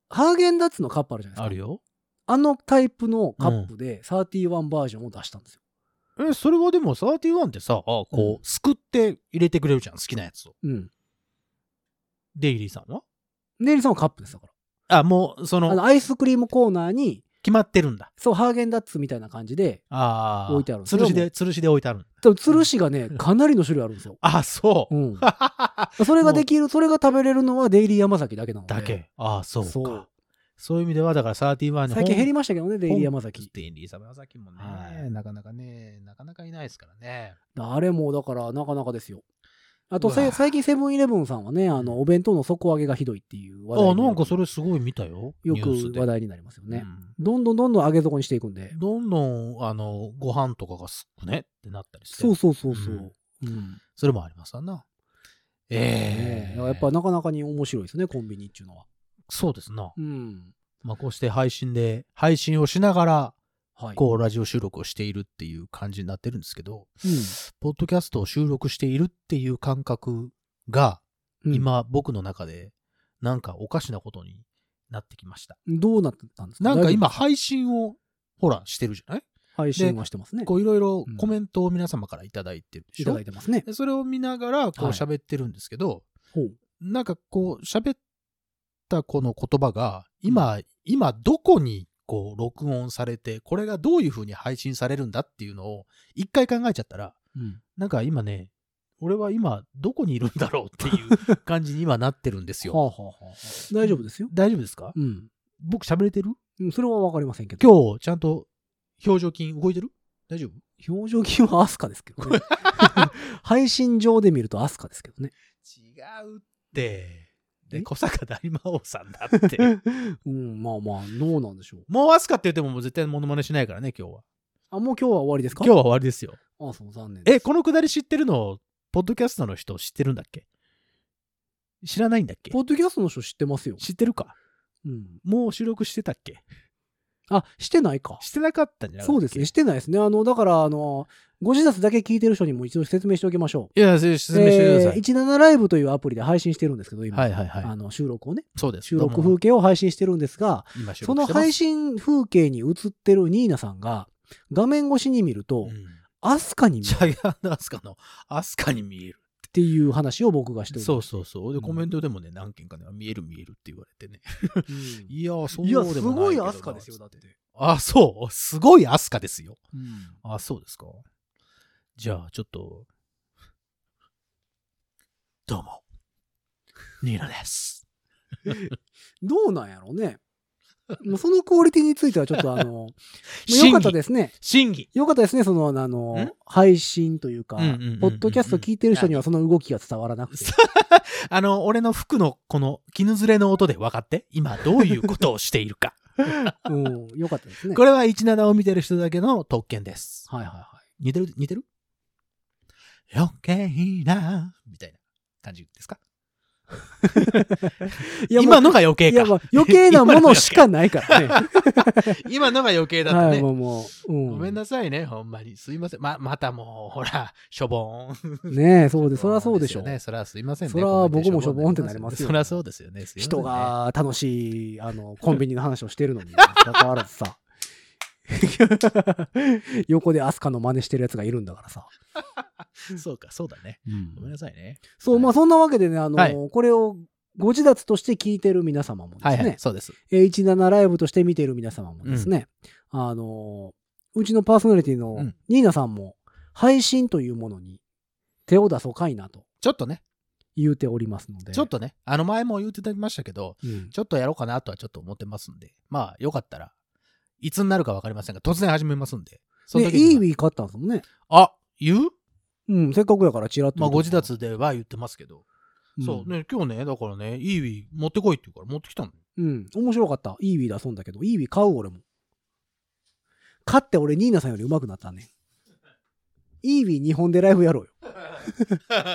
B: ハーゲンダッツのカップあるじゃない
C: あ
B: で
C: る
B: すか。
C: よ。
B: あのタイプのカップで、31バージョンを出したんですよ。
C: え、それはでも31ってさ、あこう、
B: うん
C: すくって入れてくれるじゃん、好きなやつを。
B: うん。
C: デイリーさんは
B: デイリーさんはカップですだか
C: あ、もう、そ
B: ら。あ
C: の、
B: の、アイスクリームコーナーに、
C: 決まってるんだ。
B: そう、ハーゲンダッツみたいな感じで、
C: ああ。
B: 置いてある
C: 吊るし
B: それはも
C: で、吊るしで置いてあるんだ。
B: 多分つるしがね、かなりの種類あるんですよ。
C: あ、そう。
B: うん。それができる、それが食べれるのはデイリー山崎だけなので。
C: だけ。ああ、そうか。そ
B: そうう
C: いう意味では、だから31の
B: 最近減り
C: ま
B: ましたけどね、デイリー山崎。
C: デイリー山崎もね、
B: はい
C: なかなかね、なかなかいないですからね。
B: あれもだから、なかなかですよ。あと、
C: う
B: せ
C: わ
B: 最近セブンイレブンさんはね、あの、お弁当の底上げがひどいっていう話題
C: あ
B: に
C: あ、なんかそれすごい見たよ。
B: よ
C: ニュース
B: く
C: で
B: 話題になりますよね。
C: うん
B: どんどんどんどん上げ底にしていくんで。
C: どんどん、あの、ご飯とかがすっくねってなったりして。。
B: そうそうそうそううんうん
C: それもありますわな。え
B: ね
C: え
B: えやっぱなかなかに面白いですね、コンビニっていうのは。
C: そうですな。
B: うん。
C: まあ、こうして配信で、配信をしながら、
B: はい。
C: こう、ラジオ収録をしているっていう感じになってるんですけど、
B: うん
C: ポッドキャストを収録しているっていう感覚が、
B: うん
C: 今、僕の中で、なんかおかしなことになってきました。
B: どうなってたんですか
C: なんか今、
B: 大丈夫
C: 配信を、ほら、してるじゃない
B: 配信はしてますね。
C: こう、いろいろ
B: うん
C: コメントを皆様からいただいてるで
B: い
C: しょ、
B: ただいてますね。
C: でそれを見ながら、こう、
B: はい
C: 喋ってるんですけど、
B: ほう。
C: なんかこう、喋ったこの言葉が、今、今どこにこう録音されて、これがどういう風に配信されるんだっていうのを、一回考えちゃったら、
B: うん
C: なんか今ね、俺は今どこにいるんだろうっていう感じに今なってるんです
B: はあ
C: よ。
B: はあはあ。大丈夫ですよ。
C: 大丈夫ですか
B: うん。
C: 僕喋れてる
B: うんそれは分かりませんけど。
C: 今日ちゃんと表情筋動いてる大丈夫
B: 表情筋はアスカですけどね。 配信上で見るとアスカですけどね。
C: 違うって。で、
B: え
C: 小坂大魔王さんだ って。
B: うん、まあまあ、どうなんでしょう。
C: もうアスカって言ってももう絶対モノマネしないからね、今日は。
B: あ、もう今日は終わりですか
C: 今日は終わりですよ。
B: 日。あ、そう、残念です。
C: え、このくだり知ってるの、ポッドキャストの人知ってるんだっけ知らないんだっけ
B: ポッドキャストの人知ってますよ。
C: 知ってるか
B: うん。
C: もう収録してたっけ
B: あ、してないか。
C: してなかったんじゃない
B: そうですね、してないですね。あの、だから、あの、ご自宅だけ聞いてる人にも一度説明しておきましょう。
C: いや、せ説明してくださ
B: えー
C: い。
B: 17ライブというアプリで配信してるんですけど、今。
C: はいはいはい。
B: あの収録をね、
C: そうです。
B: 収録
C: どう
B: 風
C: も
B: 景を配信してるんですが、
C: 今収
B: そ
C: 録
B: の
C: してます
B: 配信風景に映ってるニーナさんが、画面越しに見ると、
C: うん
B: アスカに見
C: ジ
B: えるっ
C: ャイアントアスカの、アスカに見える。
B: ていう話を僕がしており
C: そう
B: ます。
C: そうそう。で、
B: うん
C: コメントでもね、何件かね、見える見えるって言われてね。
B: うん
C: いやー、そう
B: い
C: で
B: や、
C: もない
B: す
C: けどな
B: ごいアスカですよ、だって。。
C: あ、そう。すごいアスカですよ。
B: うん
C: あ、そうですか。じゃあ、ちょっと。どうも。ニーナです。
B: どうなんやろうね。もうそのクオリティについてはちょっとあ の、まあよかったですね。
C: 審議。
B: よかったですね、その、あ
C: ん
B: の、配信というか
C: うんうんうんうん、
B: ポッドキャスト聞いてる人にはその動きが伝わらなくて。
C: あの、俺の服のこの絹ずれの音で分かって、今どういうことをしている か。
B: うん、よかったですね。
C: これは17を見てる人だけの特権です。
B: はいはいは
C: 似てる似てる余計な、みたいな感じですか
B: いやもう
C: 今のが余計
B: いや、ま
C: か。
B: あ、余計なものしかない からね。
C: 今のが余計だった
B: はい、
C: ね。
B: もう、もう。うん、
C: ごめんなさいね、ほんまに。すいません。ま、またもう、ほ ら、しょぼーん。
B: ねえ、そうで、そりゃそうでしょ。
C: すよね。そりゃすいませんね。
B: そりゃ
C: コメント
B: 僕もしょぼーんってなりますよ
C: そりゃそうですよね。すいませんね
B: 人。が楽しい、あ の、コンビニの話をしてるのに、関わらずさ。 横でアスカの真似してるやつがいるんだからさ。
C: そうか、そうだね。ごめんなさいね。
B: そう、まあそんなわけでね、あの、
C: はい
B: これをご自立として聞いてる皆様もですね、
C: はいはい、そうです。
B: えー17ライブとして見ている皆様もですね、あのー、うちのパーソナリティ
C: う
B: の
C: ん
B: ニーナさんも、配信というものに手を出そうかいなと
C: ちょっとね、
B: 言うておりますので。
C: ちょっとね、あの前も言っていただきましたけど、
B: うん
C: ちょっとやろうかなとはちょっと思ってますんで、まあ、よかったら、いつになるかわかりませんが、突然始めますんで。その
B: で、
C: 時にはい
B: いウィー買ったんですもんね。
C: あ、言う
B: うん、せっかくやからチラッと。
C: まあ、ご自、立では言ってますけど。
B: うん、
C: そう。ね、今日ね、だからね、いいウィ持ってこいって言うから持ってきたの。
B: うん、面白かった。イーウィーだそんだけど、イーウィー買う俺も。買って俺、ニーナさんより上手くなったね。イーウィー日本でライブやろうよ。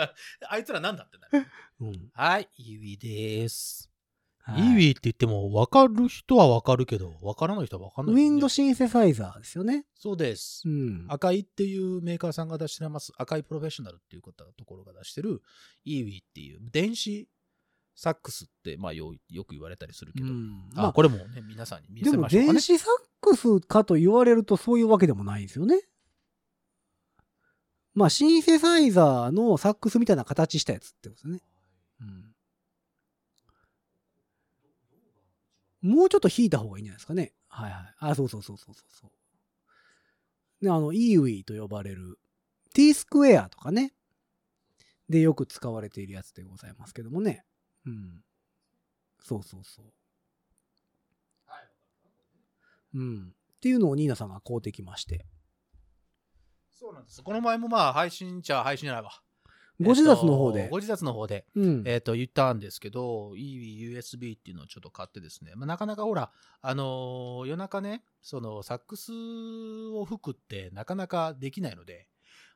C: あいつらなんだってなる。
B: うん。
C: はい、いいウィでーす。
B: はい
C: いウィって言っても、わかる人はわかるけど、わからない人はわかんない、
B: ウィンドシンセサイザーですよね。
C: そうです
B: う。ん。
C: 赤いっていうメーカーさんが出してます、赤いプロフェッショナルっていう方ところが出してる、イーウィっていう電子サックスって、まあよ、よく言われたりするけ
B: う
C: ど、
B: ん
C: あ
B: まあ、
C: これもね、皆さんに見
B: で
C: せ
B: も
C: ましょうかね
B: 電。子サックスかと言われるとそういうわけでもないんですよね。まあ、シンセサイザーのサックスみたいな形したやつってことですね。うん。もうちょっと引いた方がいいんじゃないですかね。はいはい。あ、そうそうそうそうそうそう。ね、あの、イーウィと呼ばれる T スクエアとかね。で、よく使われているやつでございますけどもね。うん。そうそうそう。うん。っていうのをニーナさんが買うてきまして。
C: そうなんです。この前もまあ、配信ちゃ配信じゃないわ。
B: ご自立の方
C: えっ
B: で
C: と。ご自立の方で、
B: うん。
C: えっ、と、言ったんですけど、EV、USB っていうのをちょっと買ってですね、まあ、なかなかほら、あのー夜中ね、その、サックスを吹くってなかなかできないので、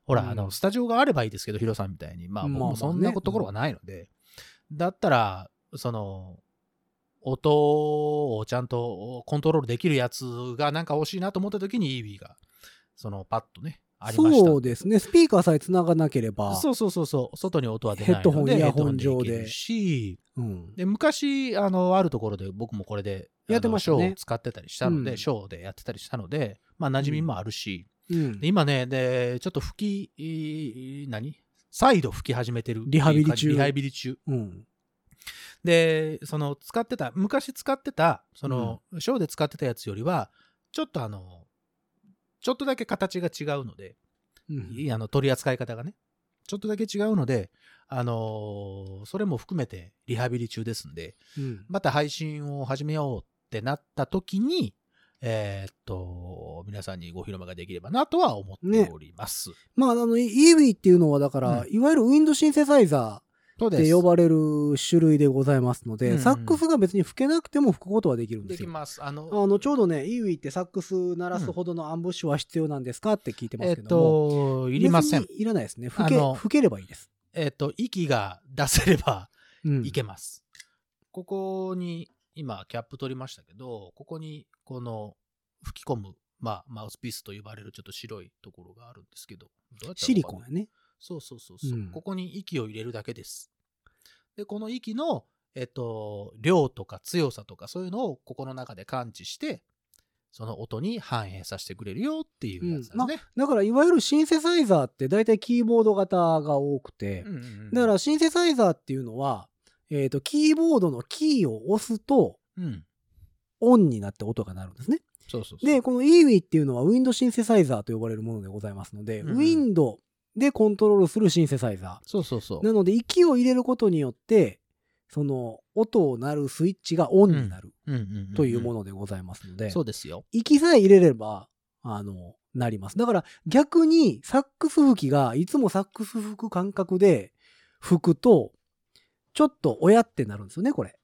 C: ほら、
B: うん
C: あの、スタジオがあればいいですけど、ヒロさんみたいに、まあ、
B: まあ
C: 僕もそん
B: まあ
C: な
B: ね
C: ところはないので、だったら、その、音をちゃんとコントロールできるやつがなんか欲しいなと思った時に EV が、その、パッとね、ありましたんで
B: そうですね。スピーカーさえ繋がなければ。
C: そうそうそうそう外に音は出
B: ヘ
C: ないので
B: ッドホンイヤホン
C: ヘッドでいけるし
B: う。ん。
C: で昔あのあるところで僕もこれであの
B: やってましたね
C: ショーを使ってたりしたので、
B: うん
C: ショーでやってたりしたのでまあ馴染みもあるし、
B: うん
C: で。今ねでちょっと吹きいい何再度吹き始めてる
B: リハビリ中
C: リハビリ中
B: うん。
C: でその使ってた昔使ってたその、ショーで使ってたやつよりはちょっとあのちょっとだけ形が違うので
B: うん
C: いいあの取り扱い方がね、ちょっとだけ違うので、あのーそれも含めてリハビリ中ですんで、
B: うん
C: また配信を始めようってなった時に、えーっと、皆さんにご披露目ができればなとは思っております。
B: まあ、あの、イーウィっていうのはだから、
C: う
B: いわゆるウィンドシンセサイザ
C: そう
B: ーっ
C: です。
B: て呼ばれる種類でございますので、
C: うんうん
B: サックスが別に吹けなくても吹くことはできるんで
C: ですき
B: よ。
C: ます。あの、
B: あの、ちょうどね、イーウィってサックス鳴らすほどのアンブッシュは必要なんですかって聞いてま
C: え
B: す
C: ー
B: け
C: っ
B: ども。
C: と、いりません
B: 別。にいらないですね。吹け、
C: あの
B: 吹ければいいです。
C: えーっと、息が出せれば
B: うん
C: いけます。ここに、今、キャップ取りましたけど、ここに、この、吹き込む、まあ、マウスピースと呼ばれるちょっと白いところがあるんですけど、どうやったら
B: シリコン
C: わか
B: や
C: る
B: ね。
C: そうそうそうそう、
B: うん
C: ここに息を入れるだけです。で、この息の、えっと、量とか強さとか、そういうのをここの中で感知して、その音に反映させてくれるよっていうやつなんですね。
B: だからいわゆるシンセサイザーって大体キーボード型が多くて、
C: うんうんうん
B: だから、シンセサイザーっていうのは、えっとキーボードのキーを押すと
C: うん、
B: オンになって音が鳴るんですね。
C: そうそうそう。
B: で、この EWI っていうのはウィンドシンセサイザーと呼ばれるものでございますので、
C: うんうん
B: ウィンドでコントロールするシンセサイザ
C: そうそうそう
B: ー。。なので息を入れることによってその音を鳴るスイッチがオンになる
C: うんうんんん
B: というものでございますので、
C: そうですよ。
B: 息さえ入れれば、あの、なります。だから逆にサックス吹きがいつもサックス吹く感覚で吹くと、ちょっと親ってなるんですよね、これ。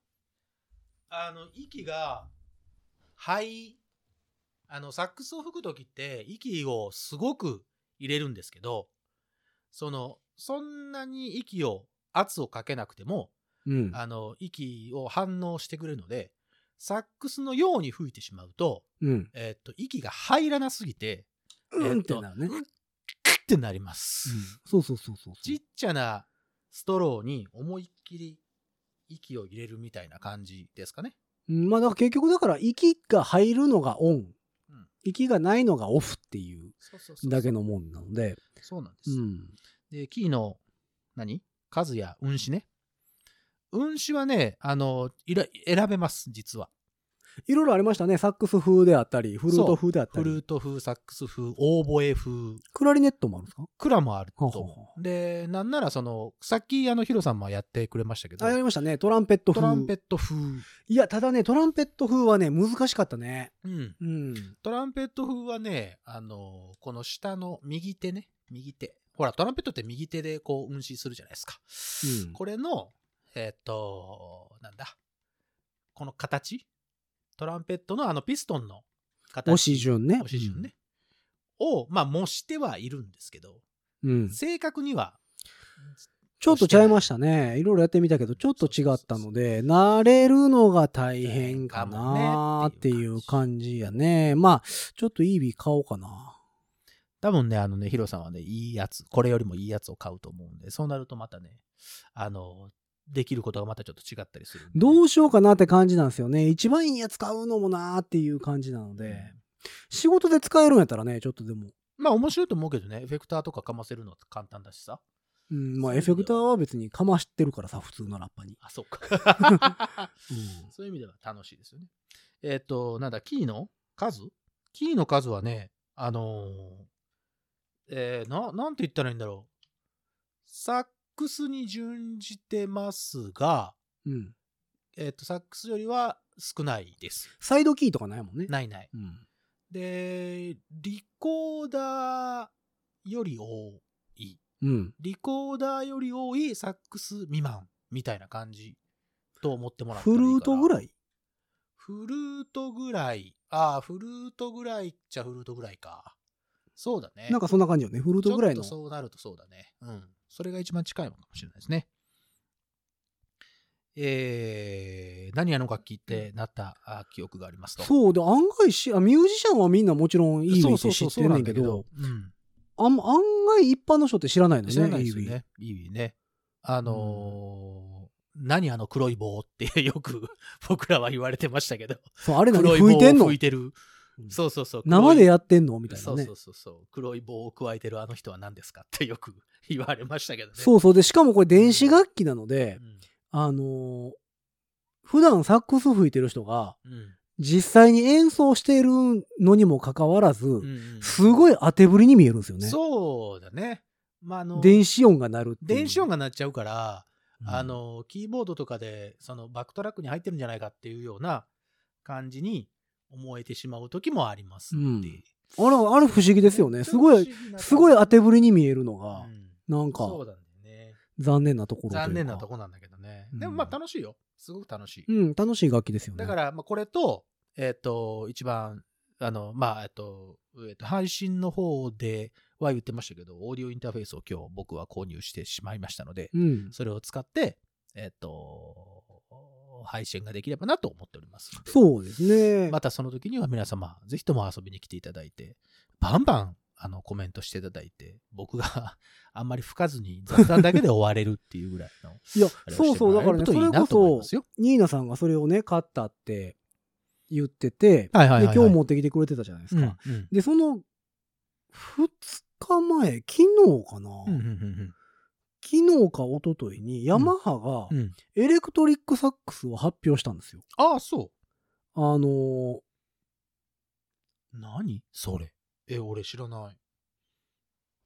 C: あの、息が、肺、あの、サックスを吹くときって、息をすごく入れるんですけど、その、そんなに息を、圧をかけなくても、
B: うん。
C: あの、息を反応してくれるので、サックスのように吹いてしまうと、
B: うん。
C: えっと、息が入らなすぎて、
B: うん
C: え
B: っ
C: っと
B: てなるね。
C: クッてなります。
B: そうそうそうそうそう。
C: ちっちゃなストローに思いっきり息を入れるみたいな感じですかね。
B: うんまあだから結局だから息が入るのがオン
C: うん、
B: 息がないのがオフっていう
C: そうそうそうそう
B: だけのもんなので、
C: そうなんで
B: う
C: す。
B: ん。
C: で、キーの、何数や運指ね。運指はね、あの、いら選べます、実は。
B: いろいろありましたね。サックス風であったり、フルート風であった
C: フルー
B: り、
C: ト風、サックス風、オーボエ風、
B: クラリネットもあるんですか
C: クラもある
B: ほ
C: と
B: うほう
C: 思う。で、なんならその、さっきあのヒロさんもやってくれましたけど
B: あ、やりましたね。トランペット
C: ト
B: 風。
C: ランペット風。
B: いや、ただね、トランペット風はね、難しかったね。
C: うん。
B: うん。
C: トランペット風はね、あの、この下の右手ね、右手。ほら、トランペットって右手でこう、運指するじゃないですか。
B: うん
C: これの、えっ、と、なんだ。この形トランペットのあのピストンの形。
B: 押し順ね。
C: 押し順ね。を、まあ、模してはいるんですけど、
B: うん。うん。
C: 正確には、
B: ちょっとちゃいましたね。いろいろやってみたけど、ちょっと違ったので、慣れるのが大変かなーっていう感じやね。まあ、ちょっとイービー買おうかな。
C: 多分ね、あのね、ヒロさんはね、いいやつ、これよりもいいやつを買うと思うんで、そうなるとまたね、あの、できることがまたちょっと違ったりするんでね、
B: どうしようかなって感じなんですよね。一番いいやつ買うのもなーっていう感じなので、仕事で使えるんやったらね、ちょっとでも。
C: まあ面白いと思うけどね、エフェクターとかかませるのは簡単だしさ。
B: うん、まあエフェクターは別にかましてるからさ、普通のラッパに。
C: あ、そう か。
B: う
C: そういう意味では楽しいですよね。えっ、と、なんだ、キーの数キーの数はね、あのーえーな、なんて言ったらいいんだろう。サックスに準じてますが、
B: ん。うん。
C: えっ、と、サックスよりは少ないです。
B: サイドキーとかないもんね。
C: ないない。
B: うん。
C: で、リコーダーより多い。
B: うん。
C: リコーダーより多いサックス未満みたいな感じと思ってもらった
B: フ
C: らい
B: ル
C: いかな
B: ートぐらい
C: フルートぐらい。ああ、フルートぐらいっちゃフルートぐらいか。そうだね。
B: なんかそんな感じよね。フルートぐらいの。
C: ちょっとそうなるとそうだね。うん。それが一番近いのかもしれないですね。えー、何あの楽器ってなったあ記憶がありますと。
B: そうで、案外しあ、ミュージシャンはみんなもちろんイービーって知ってんねんけど、、
C: そうそうそうそうなんだ
B: あん案外一般の人って知らない
C: け
B: の
C: どうん。
B: ね、
C: 知らないで
B: イ
C: す
B: ー
C: よ
B: ビー
C: ね。いいね。あのー何あの黒い棒ってよく 僕らは言われてましたけど。
B: そう、あれ何
C: 黒い棒を
B: 吹いてんの
C: 吹いてる
B: う。ん
C: そうそうそう。
B: 生で
C: っ
B: やってんのみたいな
C: そう
B: ね
C: そ。うそうそう。黒い棒を加えてるあの人は何ですかってよく言われましたけどね。
B: そうそう。で、しかもこれ電子楽器なので、
C: うん。
B: あのー普段サックス吹いてる人が、
C: うん。
B: 実際に演奏しているのにもかかわらず、
C: うんうん
B: すごい当てぶりに見えるんですよね。
C: そうだね。まあ、あの、
B: 電子音が鳴るっていう
C: 電子音が鳴っちゃうから、
B: うん
C: あの、キーボードとかで、そのバックトラックに入ってるんじゃないかっていうような感じに思えてしまう時もありますっていう
B: あれ、あれ不思議ですよね。すごい、、すごい当てぶりに見えるのが
C: う、ん
B: なんか
C: そうなんだよね。
B: 残念なところというか
C: 残念なとこなんだけどね。
B: うん
C: でもまあ楽しいよ。すごく楽しい。
B: うん、楽しい楽器ですよね。
C: だから、まあ、これと、えっ、と、一番、あの、まあ、えっ、と、えっと配信の方では言ってましたけど、オーディオインターフェースを今日僕は購入してしまいましたので、
B: うん。
C: それを使って、えっ、と、配信ができればなと思っておりますので。
B: そうですね。
C: またその時には皆様、ぜひとも遊びに来ていただいて、バンバン、あの、コメントしていただいて、僕があんまり吹かずに雑談だけで終われるっていうぐらいの。
B: いや
C: あ、れを
B: そうそう、
C: しても
B: だから
C: え
B: ね、そ
C: るといい
B: れ
C: な
B: こと
C: 思い
B: そ
C: ます、よ
B: ニーナさんがそれをね、買ったって言ってて、
C: はいは
B: で、
C: いはい、
B: 今日持ってきてくれてたじゃないです
C: うん、う
B: か
C: ん。。うん
B: で、その、2日前、昨日かな
C: うんうん
B: 昨日か一昨日に、ヤマハが
C: うん。うん
B: エレクトリックサックスを発表したんですよ。
C: ああ、そう。
B: あのー
C: 何それ。え、俺知らない。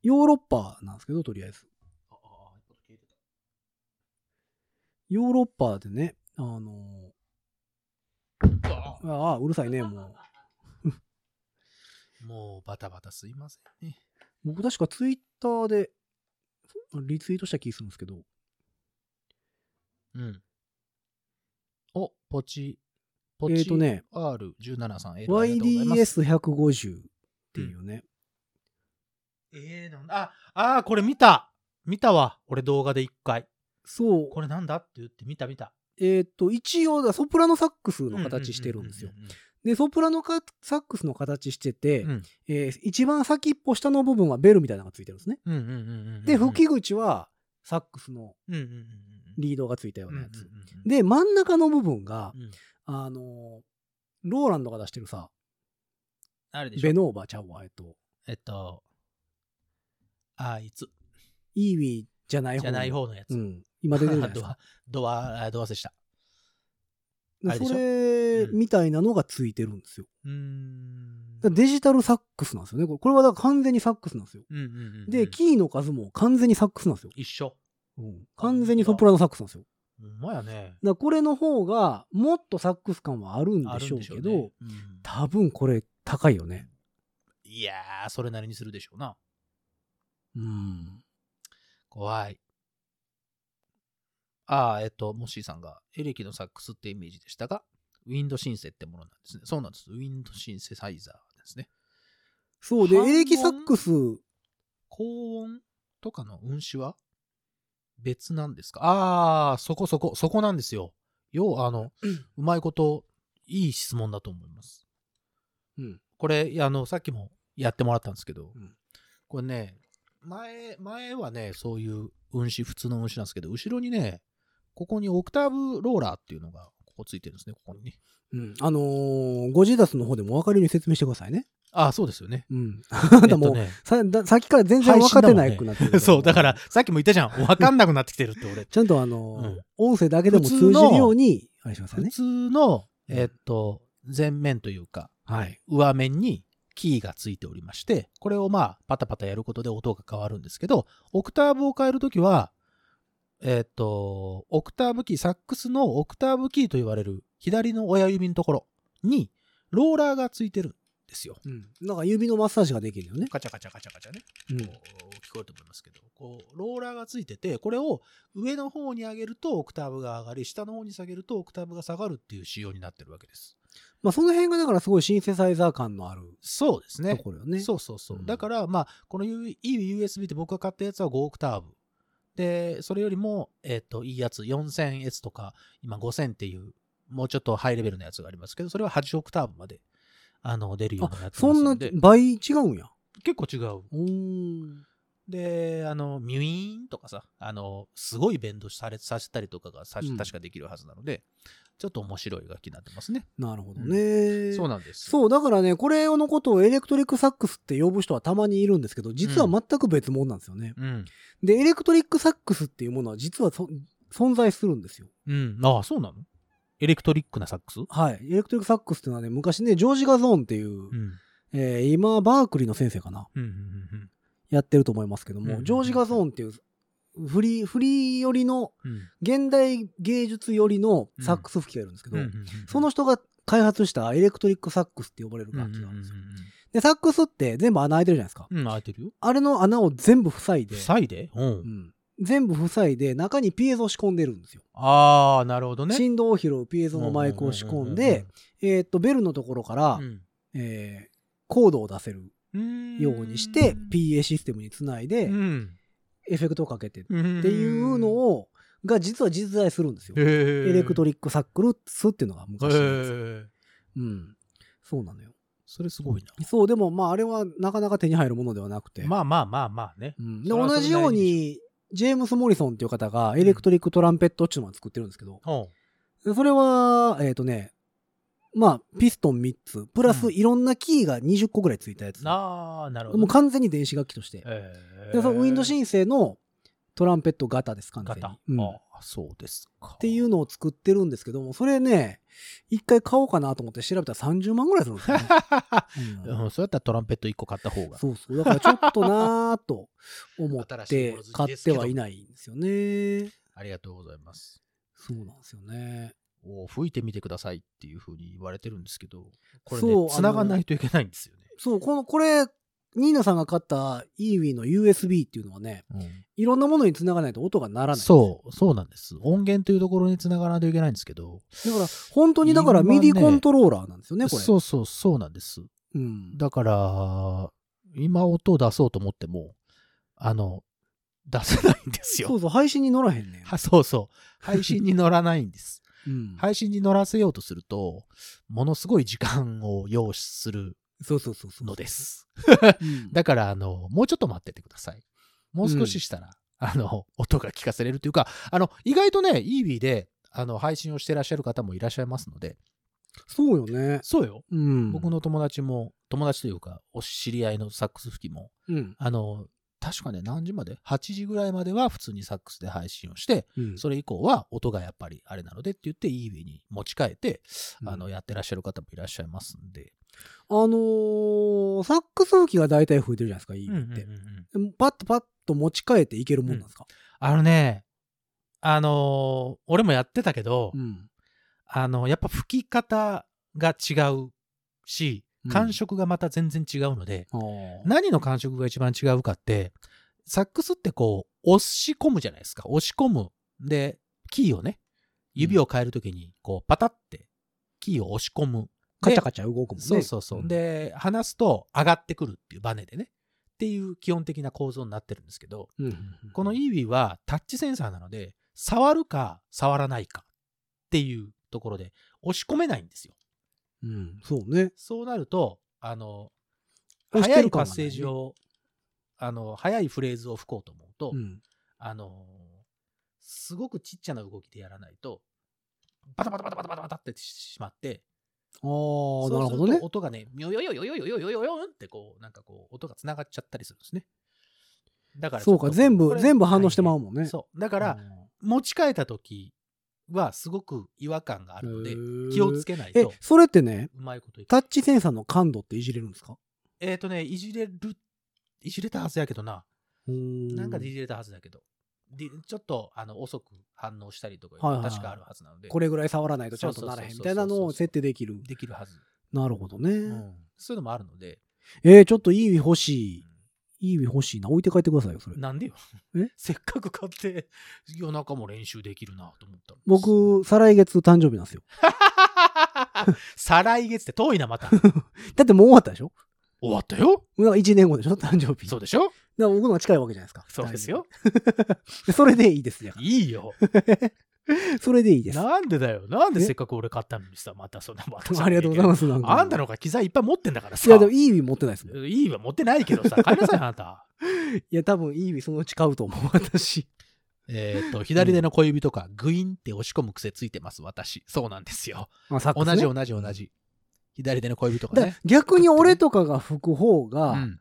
B: ヨーロッパなんですけど、とりあえず。
C: ああ、聞いてた。
B: ヨーロッパでね、あの
C: あ
B: ーああ、うるさいね、もう。
C: あもうバタバタすいませんね。
B: 僕確かツイッターで、リツイートした気するんですけど、
C: うん。お、ポチ、ポ
B: えっ、
C: チ、
B: とね、
C: R17 さん、えーとありがとうございます
B: YDS150 っていうね、
C: えー、なんだあ、あー、これ見た見たわ。俺動画で一回。
B: そう。
C: これなんだって言って見た見た。
B: えーっと、一応だ、ソプラノサックスの形してるんですよ。で、ソプラノかサックスの形してて、
C: うん
B: えー一番先っぽ下の部分はベルみたいなのがついてるんですね。
C: うんうんうんうんうんうん。
B: で、吹き口はサックスの
C: うんうんうんうん
B: リードがついたようなやつ。
C: うんうんうんうん、
B: で、真ん中の部分が、
C: うん
B: あのーローランドが出してるさ、
C: あれでしょ
B: ベノーバちゃうわ、えっと、
C: えっと、あいつ、
B: イーウィーじゃない方。
C: じゃない。方のやつ。
B: うん。今出てるじゃないです
C: ド
B: か
C: ア、ドア、あドアせした。あれでし
B: そ
C: ょ
B: れ
C: うん
B: みたいなのがついてるんですよ。
C: うーん。
B: だからデジタルサックスなんですよね。これこれはだから完全にサックスなんですよ。
C: うんうんうんうん、
B: で、キーの数も完全にサックスなんですよ。
C: 一緒。
B: うん完全にソプラノサックスなんですよ。だ
C: ほんまやね。
B: からこれの方がもっとサックス感はあるん
C: あ
B: で
C: る
B: しょ
C: ん
B: う
C: でしょ
B: け
C: う
B: ど、
C: ね。うん
B: 多分これ高いよね。
C: いやー、それなりにするでしょうな。
B: うん。
C: 怖い。ああ、えっと、モッシーさんが、エレキのサックスってイメージでしたが、ウィンドシンセってものなんですね。そうなんです。ウィンドシンセサイザーですね。
B: そうで、
C: 半音
B: エレキサックス、
C: 高音とかの運指は別なんですかああ、そこそこ、そこなんですよ。よう、あの、うまいこと、いい質問だと思います。
B: うん
C: これ、いやあの、さっきもやってもらったんですけど、
B: うん
C: これね、前、前はね、そういう運指、普通の運指なんですけど、後ろにね、ここにオクターブローラーっていうのが、ここついてるんですね、ここにね。
B: うんあのーゴジダスの方でもお分かりに説明してくださいね。
C: ああ、そうですよね。
B: うん。あなたもう、
C: えっとね
B: さださっきから全然分かってないくなってる、
C: そう、だから、さっきも言ったじゃん。わかんなくなってきてるって、俺。
B: ちゃんとあのー
C: うん
B: 音声だけでも通じるように、あれしますよ
C: 普
B: ね。
C: 通の、
B: うん
C: えっと、前面というか、
B: はい。
C: 上面にキーがついておりまして、これをまあ、パタパタやることで音が変わるんですけど、オクターブを変えるときは、えっと、オクターブキー、サックスのオクターブキーと言われる左の親指のところに、ローラーがついてるんですよ。
B: うん。なんか指のマッサージができるよね。
C: カチャカチャカチャカチャね。
B: うん。
C: こう聞こえると思いますけど、こう、ローラーがついてて、これを上の方に上げるとオクターブが上がり、下の方に下げるとオクターブが下がるっていう仕様になってるわけです。
B: まあその辺がだからすごいシンセサイザー感のある
C: そうです
B: と
C: ね。
B: ころよね。
C: そうそうそう。
B: うん
C: だから、まあ、この U- いい USB って僕が買ったやつは5オクターブ。で、それよりも、えっ、と、いいやつ、4000S とか、今5000っていう、もうちょっとハイレベルなやつがありますけど、それは8オクターブまで、あの、出るようにな
B: あ、
C: って
B: そ
C: ま
B: ん
C: す
B: な
C: ので、
B: 倍違うんや。
C: 結構違う。
B: うーん。
C: で、あの、ミュイーンとかさ、あの、すごいベンドされさせたりとかがさし
B: うん
C: 確かできるはずなので、ちょっと面白い楽器になってますね。
B: なるほどね。
C: そうなんです。
B: そう、だからね、これのことをエレクトリックサックスって呼ぶ人はたまにいるんですけど、実は全く別物なんですよね。
C: うん。
B: で、エレクトリックサックスっていうものは実はそ存在するんですよ。
C: うん。ああ、そうなのエレクトリックなサックスう
B: はい。エレクトリックサックスっていうのはね、昔ね、ジョージ・ガゾーンっていう、
C: ん。
B: えー今、バークリーの先生かな、
C: うんうんうん
B: やってると思いますけど
C: うんうんう
B: も、
C: ん
B: ジョージ・ガゾーンっていう、フリー、フリー寄りの、
C: うん
B: 現代芸術寄りのサックス吹きがいるんですけど、
C: うんうんうん。
B: その人が開発したエレクトリックサックスって呼ばれる
C: うんうん
B: 楽
C: うん
B: 器
C: う
B: なん
C: ん
B: ですよ。で、サックスって全部穴開いてるじゃないですか。
C: うん。うん、開いてるよ。
B: あれの穴を全部塞いで、
C: 塞いでうん
B: うん全部塞いで、中にピエゾを仕込んでるんですよ。
C: ああ、なるほどね。
B: 振動を拾うピエゾのマイクを仕込んで、えーっと、ベルのところから、
C: うん、
B: えーコードを出せる
C: うん
B: ようにして、PA システムにつないで、
C: うん。
B: エフェクトをかけてっ
C: って
B: いうの、を、が実は実在するんですよ。
C: へー
B: エレクトリックサックルスっていうのが昔
C: へ
B: のやつ
C: ー
B: うん。そうなのよ。
C: それすごいな。
B: そう、でもまああれはなかなか手に入るものではなくて。
C: まあまあまあまあね。
B: うん、で
C: それは
B: 同
C: それ
B: じよう
C: なりに
B: に、ジェームス・モリソンっていう方がエレクトリックトランペットっていうのを作ってるんですけど、
C: ほ
B: でそれは、えっ、とね、まあ、ピストン3つ、プラ
C: う
B: ス
C: ん
B: いろんなキーが20個ぐらいついたやつ。
C: うああ、なるほど。
B: もう完全に電子楽器として。
C: え
B: でそのウィンド
C: ン
B: シンセのトランペット型です、完全に。
C: 型。
B: うん
C: あ
B: っ
C: あ、そうですか。って
B: いうのを作ってるんですけども、それね、一回買おうかなと思って調べたら30万ぐらいするんです よ、ねうん
C: うん、そうやったらトランペット1個買った方が。
B: そうそう。だからちょっとなーと思っ
C: 新しい
B: て
C: もの好き
B: 買
C: で
B: っ
C: すけ
B: て
C: ど
B: はいないんですよね。
C: ありがとうございます。
B: そうなんですよね。
C: お吹いてみてくださいっていうふうに言われてるんですけど、これ
B: そうあ
C: ね
B: の、
C: 繋がんないといけないんですよね。
B: そう、この、これ、ニーナさんが買った EWE の USB っていうのはね、いろんなものにつながないと音がならない。
C: そう、そうなんです。音源というところに繋がらないといけないんですけど、
B: だから、本当にだから
C: 今ね
B: ミディコントローラーなんですよね、これ。
C: そうそう、そうなんです。
B: うん。
C: だから、今音を出そうと思っても、あの、出せないんです
B: そ
C: よ。
B: うそう、配信に乗らへんねん。
C: は そうそう。配信に乗らないんです。
B: うん。
C: 配信に乗らせようとすると、ものすごい時間を要する
B: そうそうそうそう。
C: のです。
B: うん
C: だから、あの、もうちょっと待っててください。もう少ししたら、あの、 音が聞かせれるというか、あの、意外とね、イービーで、あの、配信をしてらっしゃる方もいらっしゃいますので、
B: そうよね。
C: そうよ。
B: うん。
C: 僕の友達も、友達というか、お知り合いのサックス吹きも、
B: うん、
C: あの、確かね、何時まで ?8 時ぐらいまでは普通にサックスで配信をして、
B: うん。
C: それ以降は音がやっぱりあれなのでって言って、イービーに持ち替えて、
B: うん
C: あの、やってらっしゃる方もいらっしゃいますんで。
B: あのーサックス吹きが大体吹いてるじゃないですか、いいって。パッとパッと持ち替えていけるもんなんですか、
C: あのね、あのー俺もやってたけど、
B: うん、
C: あの、やっぱ吹き方が違うし
B: う、ん
C: 感触がまた全然違うので、
B: ああ。
C: 何の感触が一番違うかって、サックスってこう、押し込むじゃないですか。押し込む。で、キーをね、指を変えるときに、こう、パタって、キーを押し込む。
B: カチャ
C: で
B: カチャ動くもんね。
C: そうそうそう。
B: ん、
C: で、離すと上がってくるっていうバネでね。っていう基本的な構造になってるんですけど、
B: うんうんうん
C: この EV はタッチセンサーなので、触るか触らないかっていうところで押し込めないんですよ。
B: うん、そうね。
C: そうなると、あの、
B: 押し
C: 早
B: てる
C: いパ
B: 感
C: ッ
B: がないね
C: セージを、あの、早いフレーズを吹こうと思うと、
B: うん。
C: あの、すごくちっちゃな動きでやらないと、バタバタバタバタバタバタってしまって、
B: ああ、な
C: そ
B: る
C: うす
B: ほど
C: ると
B: ね。
C: 音がね、よよよよよよよよよよんってこう、なんかこう、音がつながっちゃったりするんですね。だからち
B: そ
C: ょ
B: う
C: っと、
B: か、全
C: こ
B: 部、
C: れ
B: 全部反応してまうもん
C: 大
B: ね。
C: 変
B: う。
C: そう。だから、持ち替えた時はすごく違和感があるので、気をつけない
B: え
C: と、、
B: それってね、
C: うまいことい
B: タ
C: かな
B: ッ
C: い。
B: チセンサーの感度っていじれるんですか
C: えっ、とね、いじれる、いじれたはずやけどな。
B: な
C: なんかでいじれたはずだけど。でちょっとあの遅く反応したりとか、
B: はいはいはい
C: 確かあるはずなので、
B: これぐらい触らないとちゃんとならへんみたいなのを設定できる。
C: できるはず、
B: なるほどね。
C: うんそういうのもあるので、
B: えー、ちょっといい意味欲しい。いい意味欲しいな。置いて帰ってくださいよ、それ。
C: なんでよ
B: え。
C: せっかく買って、夜中も練習できるなと思ったの。
B: 僕、再来月誕生日なんですよ。
C: 再来月って遠い な、また。
B: だってもう終わったでしょ
C: 終わったよ。
B: もう1年後でしょ誕生日。
C: そうでしょ
B: だから僕の方が近いわけじゃないですか。
C: そうで すよ。
B: でそれでいいですね。
C: いいよ。
B: それでいいです。あ
C: なんでだよ。なんでせっかく俺買ったのにさ、またそ んなまた
B: りがとうござい
C: す。
B: ます。なんか
C: あんたの方が機材いっぱい持ってんだから
B: い
C: さ。
B: や、でもいい意味持ってないですもん。い
C: いいわ、持ってないけど さ、買いなさい、あなた。
B: や、多分いい意味そのうち買うと思う、私。
C: えっと、左手の小指とか、グインって押し込む癖ついてます、私。そうなんですよ。
B: まあ、サック
C: 同
B: スね
C: じ、同じ、同じ。左手の小指とか
B: だから
C: ね。
B: 逆に俺とかが吹く方
C: う
B: が、
C: ん。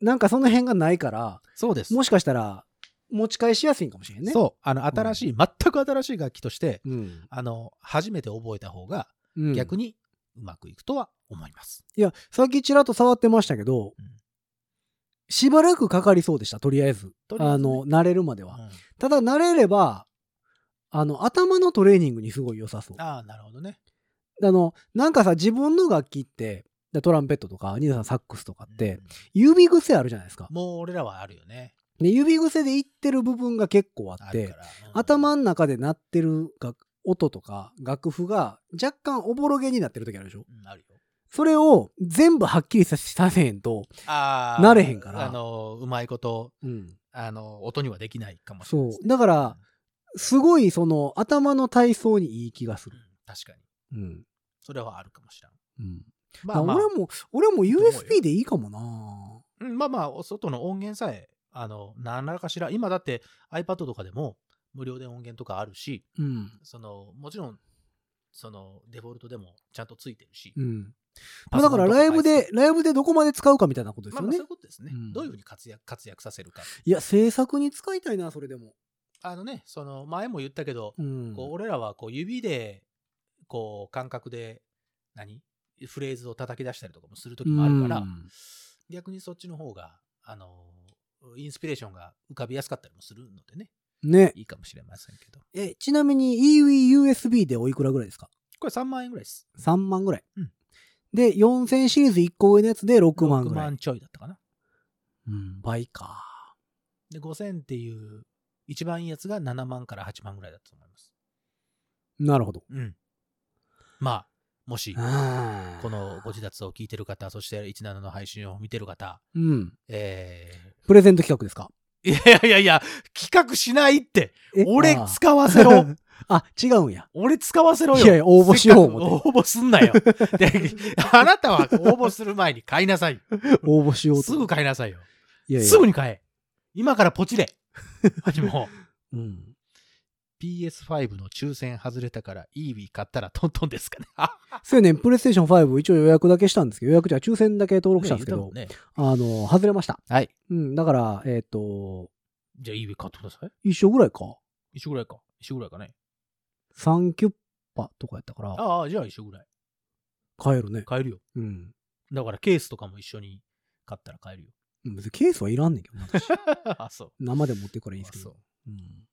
B: なんかその辺がないから、
C: そうです。
B: もしかしたら持ち返しやすいんかもしれんね。
C: そう、あの、新しい、全く新しい楽器として、
B: うん。
C: あの、初めて覚えた方が、
B: うん。
C: 逆
B: に。
C: にうまくいくとは思います。
B: いや、さっきちらっと触ってましたけど、
C: うん
B: しばらくかかりそうでした、とりあえず。
C: とりあえ
B: あ
C: ずね
B: の、慣れるまで
C: う
B: は。
C: ん
B: ただ、慣れれば、あの、頭のトレーニングにすごい良さそう。
C: ああ、なるほどね。
B: あの、なんかさ、自分の楽器って、だトランペットとか、ニーナさんサックスとかって、
C: うん
B: 指癖あるじゃないですか。
C: もう俺らはあるよね。
B: で指癖でいってる部分が結構あっ
C: ある
B: て
C: か、ら。うん
B: 頭の中で鳴ってる楽音とか楽譜が若干おぼろげになってる時あるでしょ
C: うんあるよ。
B: それを全部はっきりさせへんと、
C: ああ。
B: 慣れへんから
C: あの、うまいこと、
B: うん、
C: あの、音にはできないかもしれない
B: そ
C: ですね、
B: うだからすごいその頭の体操にいい気がす
C: うん、
B: る。
C: 確かに。
B: うん。
C: それはあるかもしれん。
B: うん。
C: まあまあ、
B: 俺も、俺も
C: いいと思うよ
B: USB でいいかもな
C: うんまあまあ、お外の音源さえ、あの、何らかしら、今だって iPad とかでも無料で音源とかあるし、
B: うん。
C: その、もちろん、その、デフォルトでもちゃんとついてるし
B: う。ん。ま
C: パ
B: あだ
C: ソコ
B: か
C: ンと
B: ら
C: か
B: ライブ
C: 配
B: で
C: 信、
B: ライブでどこまで使うかみたいなことです
C: ま
B: よ
C: あま
B: ね
C: あそういう。ことですね。
B: うん
C: どういうふうに活躍活躍させるか。
B: いや、制作に使いたいな、それでも。
C: あのね、その、前も言ったけど、
B: うん。
C: こう俺らはこう指でこう感覚で何フレーズを叩き出したりとかもする時もあるから、
B: うん
C: 逆にそっちの方があのインスピレーションが浮かびやすかったりもするのでね
B: ね。
C: いいかもしれませんけど
B: え、ちなみに EWUSB でおいくらぐらいですか
C: これ3万円ぐらいです
B: ?3 万ぐらい。
C: うん
B: で、4000シリーズ1個上のやつで6万ぐらい。
C: ちょいだったかな
B: うん、倍か。
C: で5000っていう一番いいやつが7万から8万ぐらいだと思います
B: なるほど。
C: うんまあもし
B: あー
C: このご自立を聞いてる方そして17の配信を見てる方
B: うん。
C: えー
B: プレゼント企画ですか
C: いやいやいや、企画しないって。
B: え
C: 俺
B: あー
C: 使わせろ。
B: あ、違うんや。
C: 俺使わせ ろよ。
B: いやいや応募しよう
C: せっかく
B: 思
C: 応募すんなよ。であなたは応募する前に買いなさい。
B: 応募しようと。
C: すぐ買いなさいよ。
B: いやいや。
C: すぐに買え。今からポチれ。も
B: うん。
C: う PS5 の抽選外れたから、イービー買ったらトントンですかね。あ
B: そうやねん、プレイステーション5一応予約だけしたんですけど、予約じゃ抽選だけ登録したんですけど、
C: ね言ったもんね
B: あの、外れました。
C: はい。
B: うん、だから、えっ、と、
C: じゃあイービー買ってください。
B: 一緒ぐらいか。
C: 一緒ぐらいか。一緒ぐらいかね。
B: 3キュッパとかやったから、
C: ああ、じゃあ一緒ぐらい。
B: 買えるね。
C: 買えるよ。
B: うん。
C: だからケースとかも一緒に買ったら買え るよ。
B: うん別にケースはいらんねんけどな、 私
C: あ、そう。
B: 生で持ってくからいいんですけ
C: そう
B: ど。うん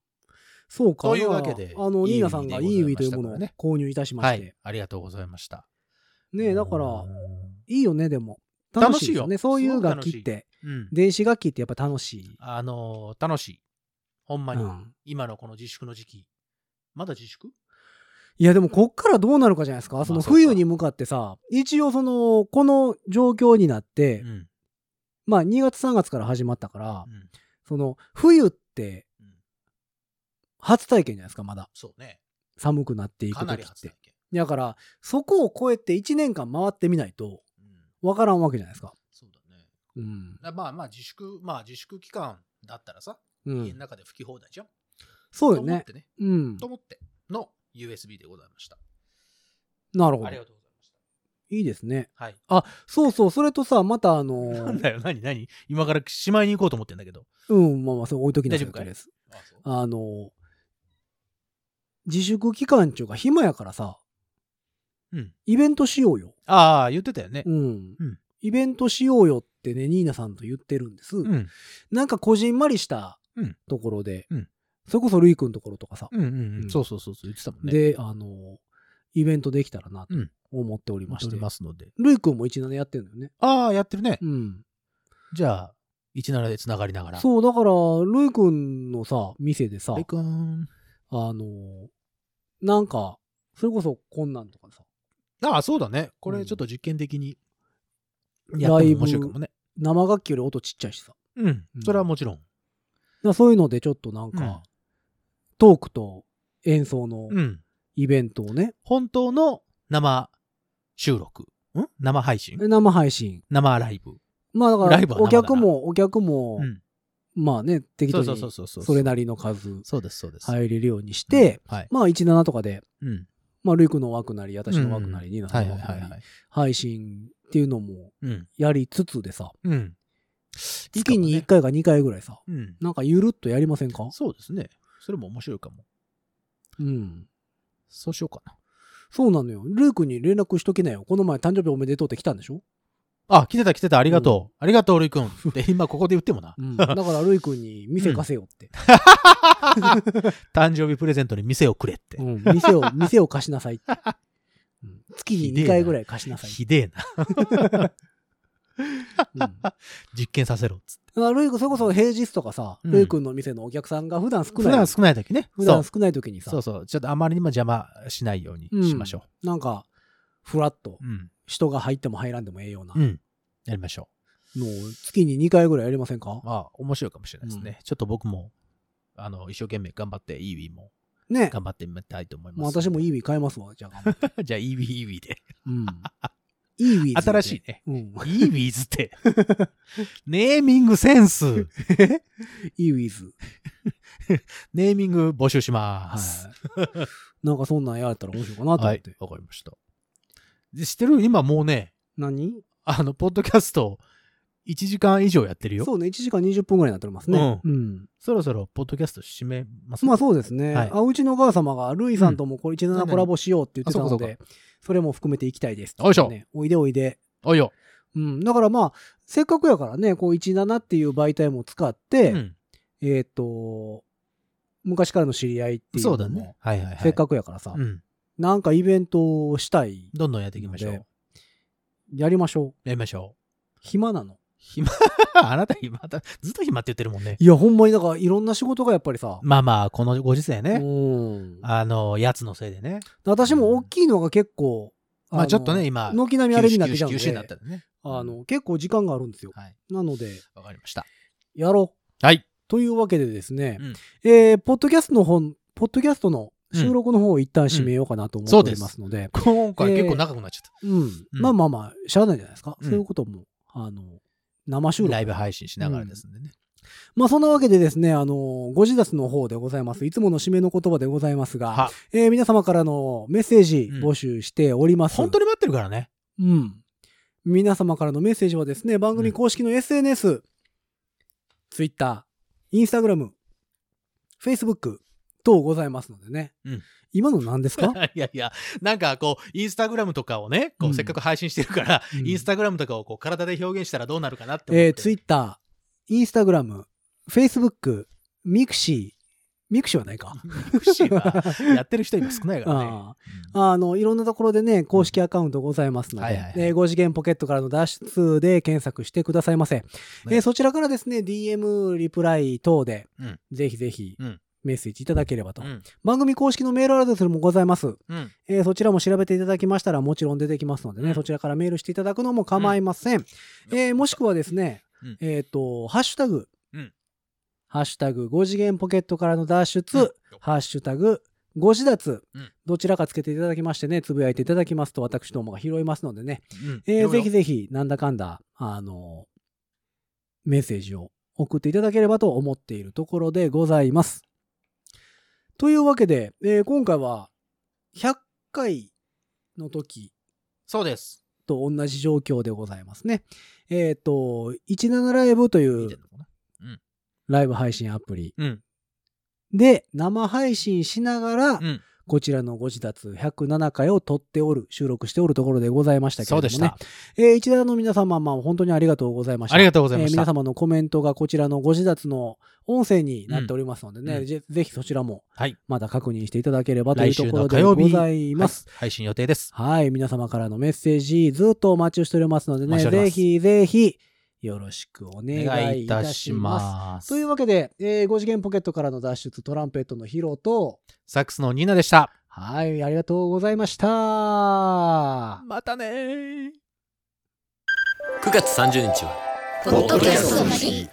B: そうか。
C: というわけで
B: だからあの、
C: いい
B: ニーナさんが
C: ウィー
B: イ
C: で
B: ーウィ
C: ご
B: と
C: ざ
B: い
C: いうまし
B: もの
C: たから
B: を
C: ね
B: 購入いたしま
C: は
B: し
C: い
B: て。。
C: ありがとうございました。
B: ねえ、だから、いいよね、でも。
C: 楽
B: 楽
C: しいよ
B: しいですね。そういう楽器って、
C: うん。
B: 電子楽器ってやっぱ楽しい。
C: あのー楽しい。ほんま
B: う
C: に、
B: ん。
C: 今のこの自粛の時期。まだ自粛
B: いやでもこっからどうなるかじゃないですか、
C: まあ
B: その
C: そうか
B: 冬に向かってさ一応そのこの状況になって、
C: うん。
B: まあ2月3月から始まったから、
C: うん
B: その冬って
C: うん
B: 初体験じゃないですかまだ
C: そうね。
B: 寒くなっていく
C: かな
B: 時
C: り
B: っ
C: 初
B: て
C: 体験。
B: だからそこを超えて1年間回ってみないと
C: うん。
B: わからんわけじゃないですか
C: そうだね。
B: うん、
C: だまあまあ自粛、まあ自粛期間だったらさ、
B: う
C: 家の
B: ん、
C: 中で吹き放題じゃん。
B: そうよ
C: と思っ
B: ね
C: てね。
B: うん
C: と思っての USB でございました。
B: なるほ
C: あ
B: ど
C: り
B: い
C: がとうございまし
B: いですね
C: た。はい。
B: そうそうそれとさまたあのー
C: なんだよ、何何今からしまいに行こうと思ってんだけど。
B: うんまあまあそれ置いときなさい
C: 大丈夫かい
B: とりあえず
C: あ、そう。
B: あの、自粛期間中が暇やからさ、
C: うん
B: イベントしようよ。
C: ああ、言ってたよね。
B: うん。
C: うん
B: イベントしようよってね、ニーナさんと言ってるんです。
C: うん。
B: なんかこじんまりした
C: うん
B: ところで、
C: うん
B: それこそルイ君のところとかさ、
C: うんうん
B: う
C: うんん。そうそうそうそう、言ってたもんね。
B: で、あの、イベントできたらなと
C: うん
B: 思っており
C: ま
B: ま
C: あ
B: して、
C: してますので。
B: ルイ君も17やってるんだよね。
C: ああ、やってるね。
B: うん。
C: じゃあ、17でつながりながら。
B: そう、だから、ルイ君のさ、店でさ、
C: レイくん。
B: あの、なんか、それこそこんなんとかさ、
C: ああ、そうだね。こ
B: う
C: れ
B: ん
C: ちょっと実験的にやっても面白いかもね。
B: 生楽器より音ちっちゃいしさ。
C: うん
B: うん。
C: それはもちろん。
B: だからそういうのでちょっとなんか、
C: うん
B: トークと演奏の
C: うん。
B: イベントをね、
C: 本当の生収録。ん生配信
B: 生配信
C: 生ライブ。
B: まあだから
C: ライブは
B: お
C: 生だな
B: 客もお客も、
C: うん。
B: まあね適
C: そ
B: 当
C: うそうそう
B: に
C: そうそう。
B: それなりの数
C: そうです、そうです。い。
B: 入れるようにして、
C: はい。
B: まあ17とかで、
C: うん。
B: まあ、ルイ君の枠なり私の枠なりにな
C: はいはい
B: 枠
C: は
B: ないり
C: はい。
B: 配信っていうのも
C: うん。
B: やりつつでさ
C: うん。
B: 月に1回か2回ぐらいさ
C: うん。
B: なんかゆるっとやりませんか
C: そうですね。それも面白いかも。
B: うん
C: そうしようかな。
B: そうなのよルイ君に連絡しときなよこの前誕生日おめでとうって来たんでしょ
C: あ、来てた来てた。ありがとう。ありがとう、ルイ君。で、今ここで言ってもな。
B: うん、だからルイ君に店貸せよって、
C: 誕生日プレゼントに店をくれって。
B: うん店 を店を貸しなさいって、うん月に2回ぐらい貸しなさいって、
C: ひでえな。
B: うん、だか
C: 実験させろっつって。
B: らルイ君それこそ平日とかさ、
C: うん
B: ルイ君の店のお客さんが普段少
C: 普
B: ない
C: 段少ない時ね。
B: 普段少ない時にさ
C: そうそうそう。ちょっとあまりにも邪魔しないようにしましょ
B: なんかフラッと
C: う。うん。
B: 人が入っても入らんでもええような、
C: う
B: も
C: ん。やりましょ
B: う月に2回ぐらいやりませんか
C: う。まあ、面白いかもしれないですね。ちょっと僕も、あの、一生懸命頑張って、イーウィーも
B: ね
C: 頑張ってみたいと思い
B: もう
C: ます。
B: 私もイービー買えますわじゃあ、
C: も。 じゃあ、イーウィーイーウィーで。
B: うん、イービー
C: 新しいね。
B: い、うん、
C: イーウィーズって。 ネーミングセン ス。
B: イーウィーズ、
C: ネーミング募集しま
B: は
C: す。
B: い、なんかそんなんやれたら面白いかなと
C: は
B: 思っ
C: い
B: て、。
C: わかりました。で知ってる今もうね、
B: 何
C: あの、ポッドキャスト、1時間以上やってるよ。
B: そうね、1時間20分ぐらいになっておりますね。うん。
C: そろそろ、ポッドキャスト締めます
B: まあそうですね。
C: はい
B: あうちのガー様が、ルイさんともこれ17コラボしようって言ってたの
C: あそうかそ
B: で、それも含めていきたいです、
C: よいしょ
B: ねおいでおいで。
C: おいよ。
B: うん。だからまあ、せっかくやからね、こう17っていう媒体も使って、
C: うん。
B: えっ、と、昔からの知り合いっていうの
C: そ
B: も
C: うだね。はいはいはい。
B: せっかくやからさ、
C: うん。
B: なんかイベントをしたい。
C: どんどんやっていきましょう。
B: の
C: や
B: でやりましょう。
C: りましょう。
B: 暇なの。
C: 暇、あなた暇だ。ずっと暇って言ってるもんね。
B: いや、ほんまにだからいろんな仕事がやっぱりさ、
C: まあまあ、このご時世
B: う
C: ね。
B: ん。
C: あの、やつのせいでね。
B: 私も大きいのが結構、
C: まあ
B: の
C: ちょっとね、今、
B: 軒並みあれになってきたの
C: 休止になった
B: で、
C: んでね。
B: あの、結構時間があるんですよ。
C: はい。
B: なので、
C: わかりました。
B: やろう。
C: はい。
B: というわけでですね、
C: うん
B: えーポッドキャストの本、ポッドキャストの収録の方を一旦締めようかなと思っておりますので、
C: 今回
B: えー
C: 結構長くなっちゃっ
B: うんまあまあまあ、しゃあないじゃないですか。
C: うん
B: そういうことも、あの、生
C: た、
B: 収録。
C: ライブ配信しながらですんでね、
B: まあそんなわけでですね、あの、ご自立の方でございます。いつもの締めの言葉でございますが
C: は、
B: えー皆様からのメッセージ
C: うん
B: 募集しております。
C: 本当に待ってるからね
B: うん。皆様からのメッセージはですね、番組公式の SNS、Twitter、Instagram、Facebook 等ございますのでね。
C: うん
B: 今の何 ですか
C: いやいやなんかこうインスタグラムとかをね
B: う
C: こうんせっかく配信してるから、
B: うん
C: インスタグラムとかをこう体で表現したらどうなるかなって思って、
B: えー、Twitter、Instagram、Facebook、Mixi、Mixi はないか。
C: FC は やってる人今少ないからね
B: あーあのいろんなところでね公式アカウントございますの
C: はいはいはい
B: でえー5次元ポケットからの脱出で検索してくださいませ、えーそちらからですね DM リプライ等で、
C: うん
B: ぜひぜひ
C: うん
B: メッセージいただければと、
C: うんうん
B: 番組公式のメールアドレスもございます、
C: うん
B: えーそちらも調べていただきましたらもちろん出てきますのでね、
C: うん
B: そちらからメールしていただくのも構いません、えーもしくはですね、
C: うん
B: えっ、とハッシュタグ、
C: うん
B: ハッシュタグ5次元ポケットからの脱出、
C: うん
B: ハッシュタグ、ご自立、
C: うん
B: どちらかつけていただきましてね、つぶやいていただきますと、私どもが拾いますのでね、
C: うんいろい
B: えー
C: ろ
B: ぜひぜひ、なんだかんだ、あの、メッセージを送っていただければと思っているところでございます。というわけで、えー今回は、100回の時
C: そうです
B: と同じ状況でございますね。えっ、と、17ライブとい
C: 見て
B: うん
C: のかな
B: ライブ配信アプリ
C: うん
B: で生配信しながら、
C: うん
B: こちらのご自立107回を撮っておる、収録しておるところでございましたけ
C: そ
B: れ
C: う
B: ど
C: で
B: もね。
C: した
B: えー一覧の皆様、まあ、本当にありがとうございました。
C: ありがとうございま
B: えー
C: した、
B: 皆様のコメントがこちらのご自立の音声になっておりますのでね、
C: うん
B: ぜぜひそちらも
C: はい
B: また確認していただければとい
C: 来
B: うと
C: 週
B: こ
C: の
B: ろ
C: 火
B: で
C: 曜
B: ご
C: 日
B: ざいます。
C: はい配信予定です
B: はい、皆様からのメッセージずっとお待ちしておりますので
C: お
B: ね、
C: 待ちしておりま
B: ぜ
C: す
B: ひぜひよろしくお
C: お願
B: 願
C: い
B: い
C: い
B: いた
C: た
B: し
C: し
B: ます。
C: ます
B: というわけで、え5次元ポケットからの脱出、トランペットのヒロと、
C: サックスのニーナでした
B: はい、ありがとうございました。
C: またねー
D: 9月30日は
A: ポッドキャストの日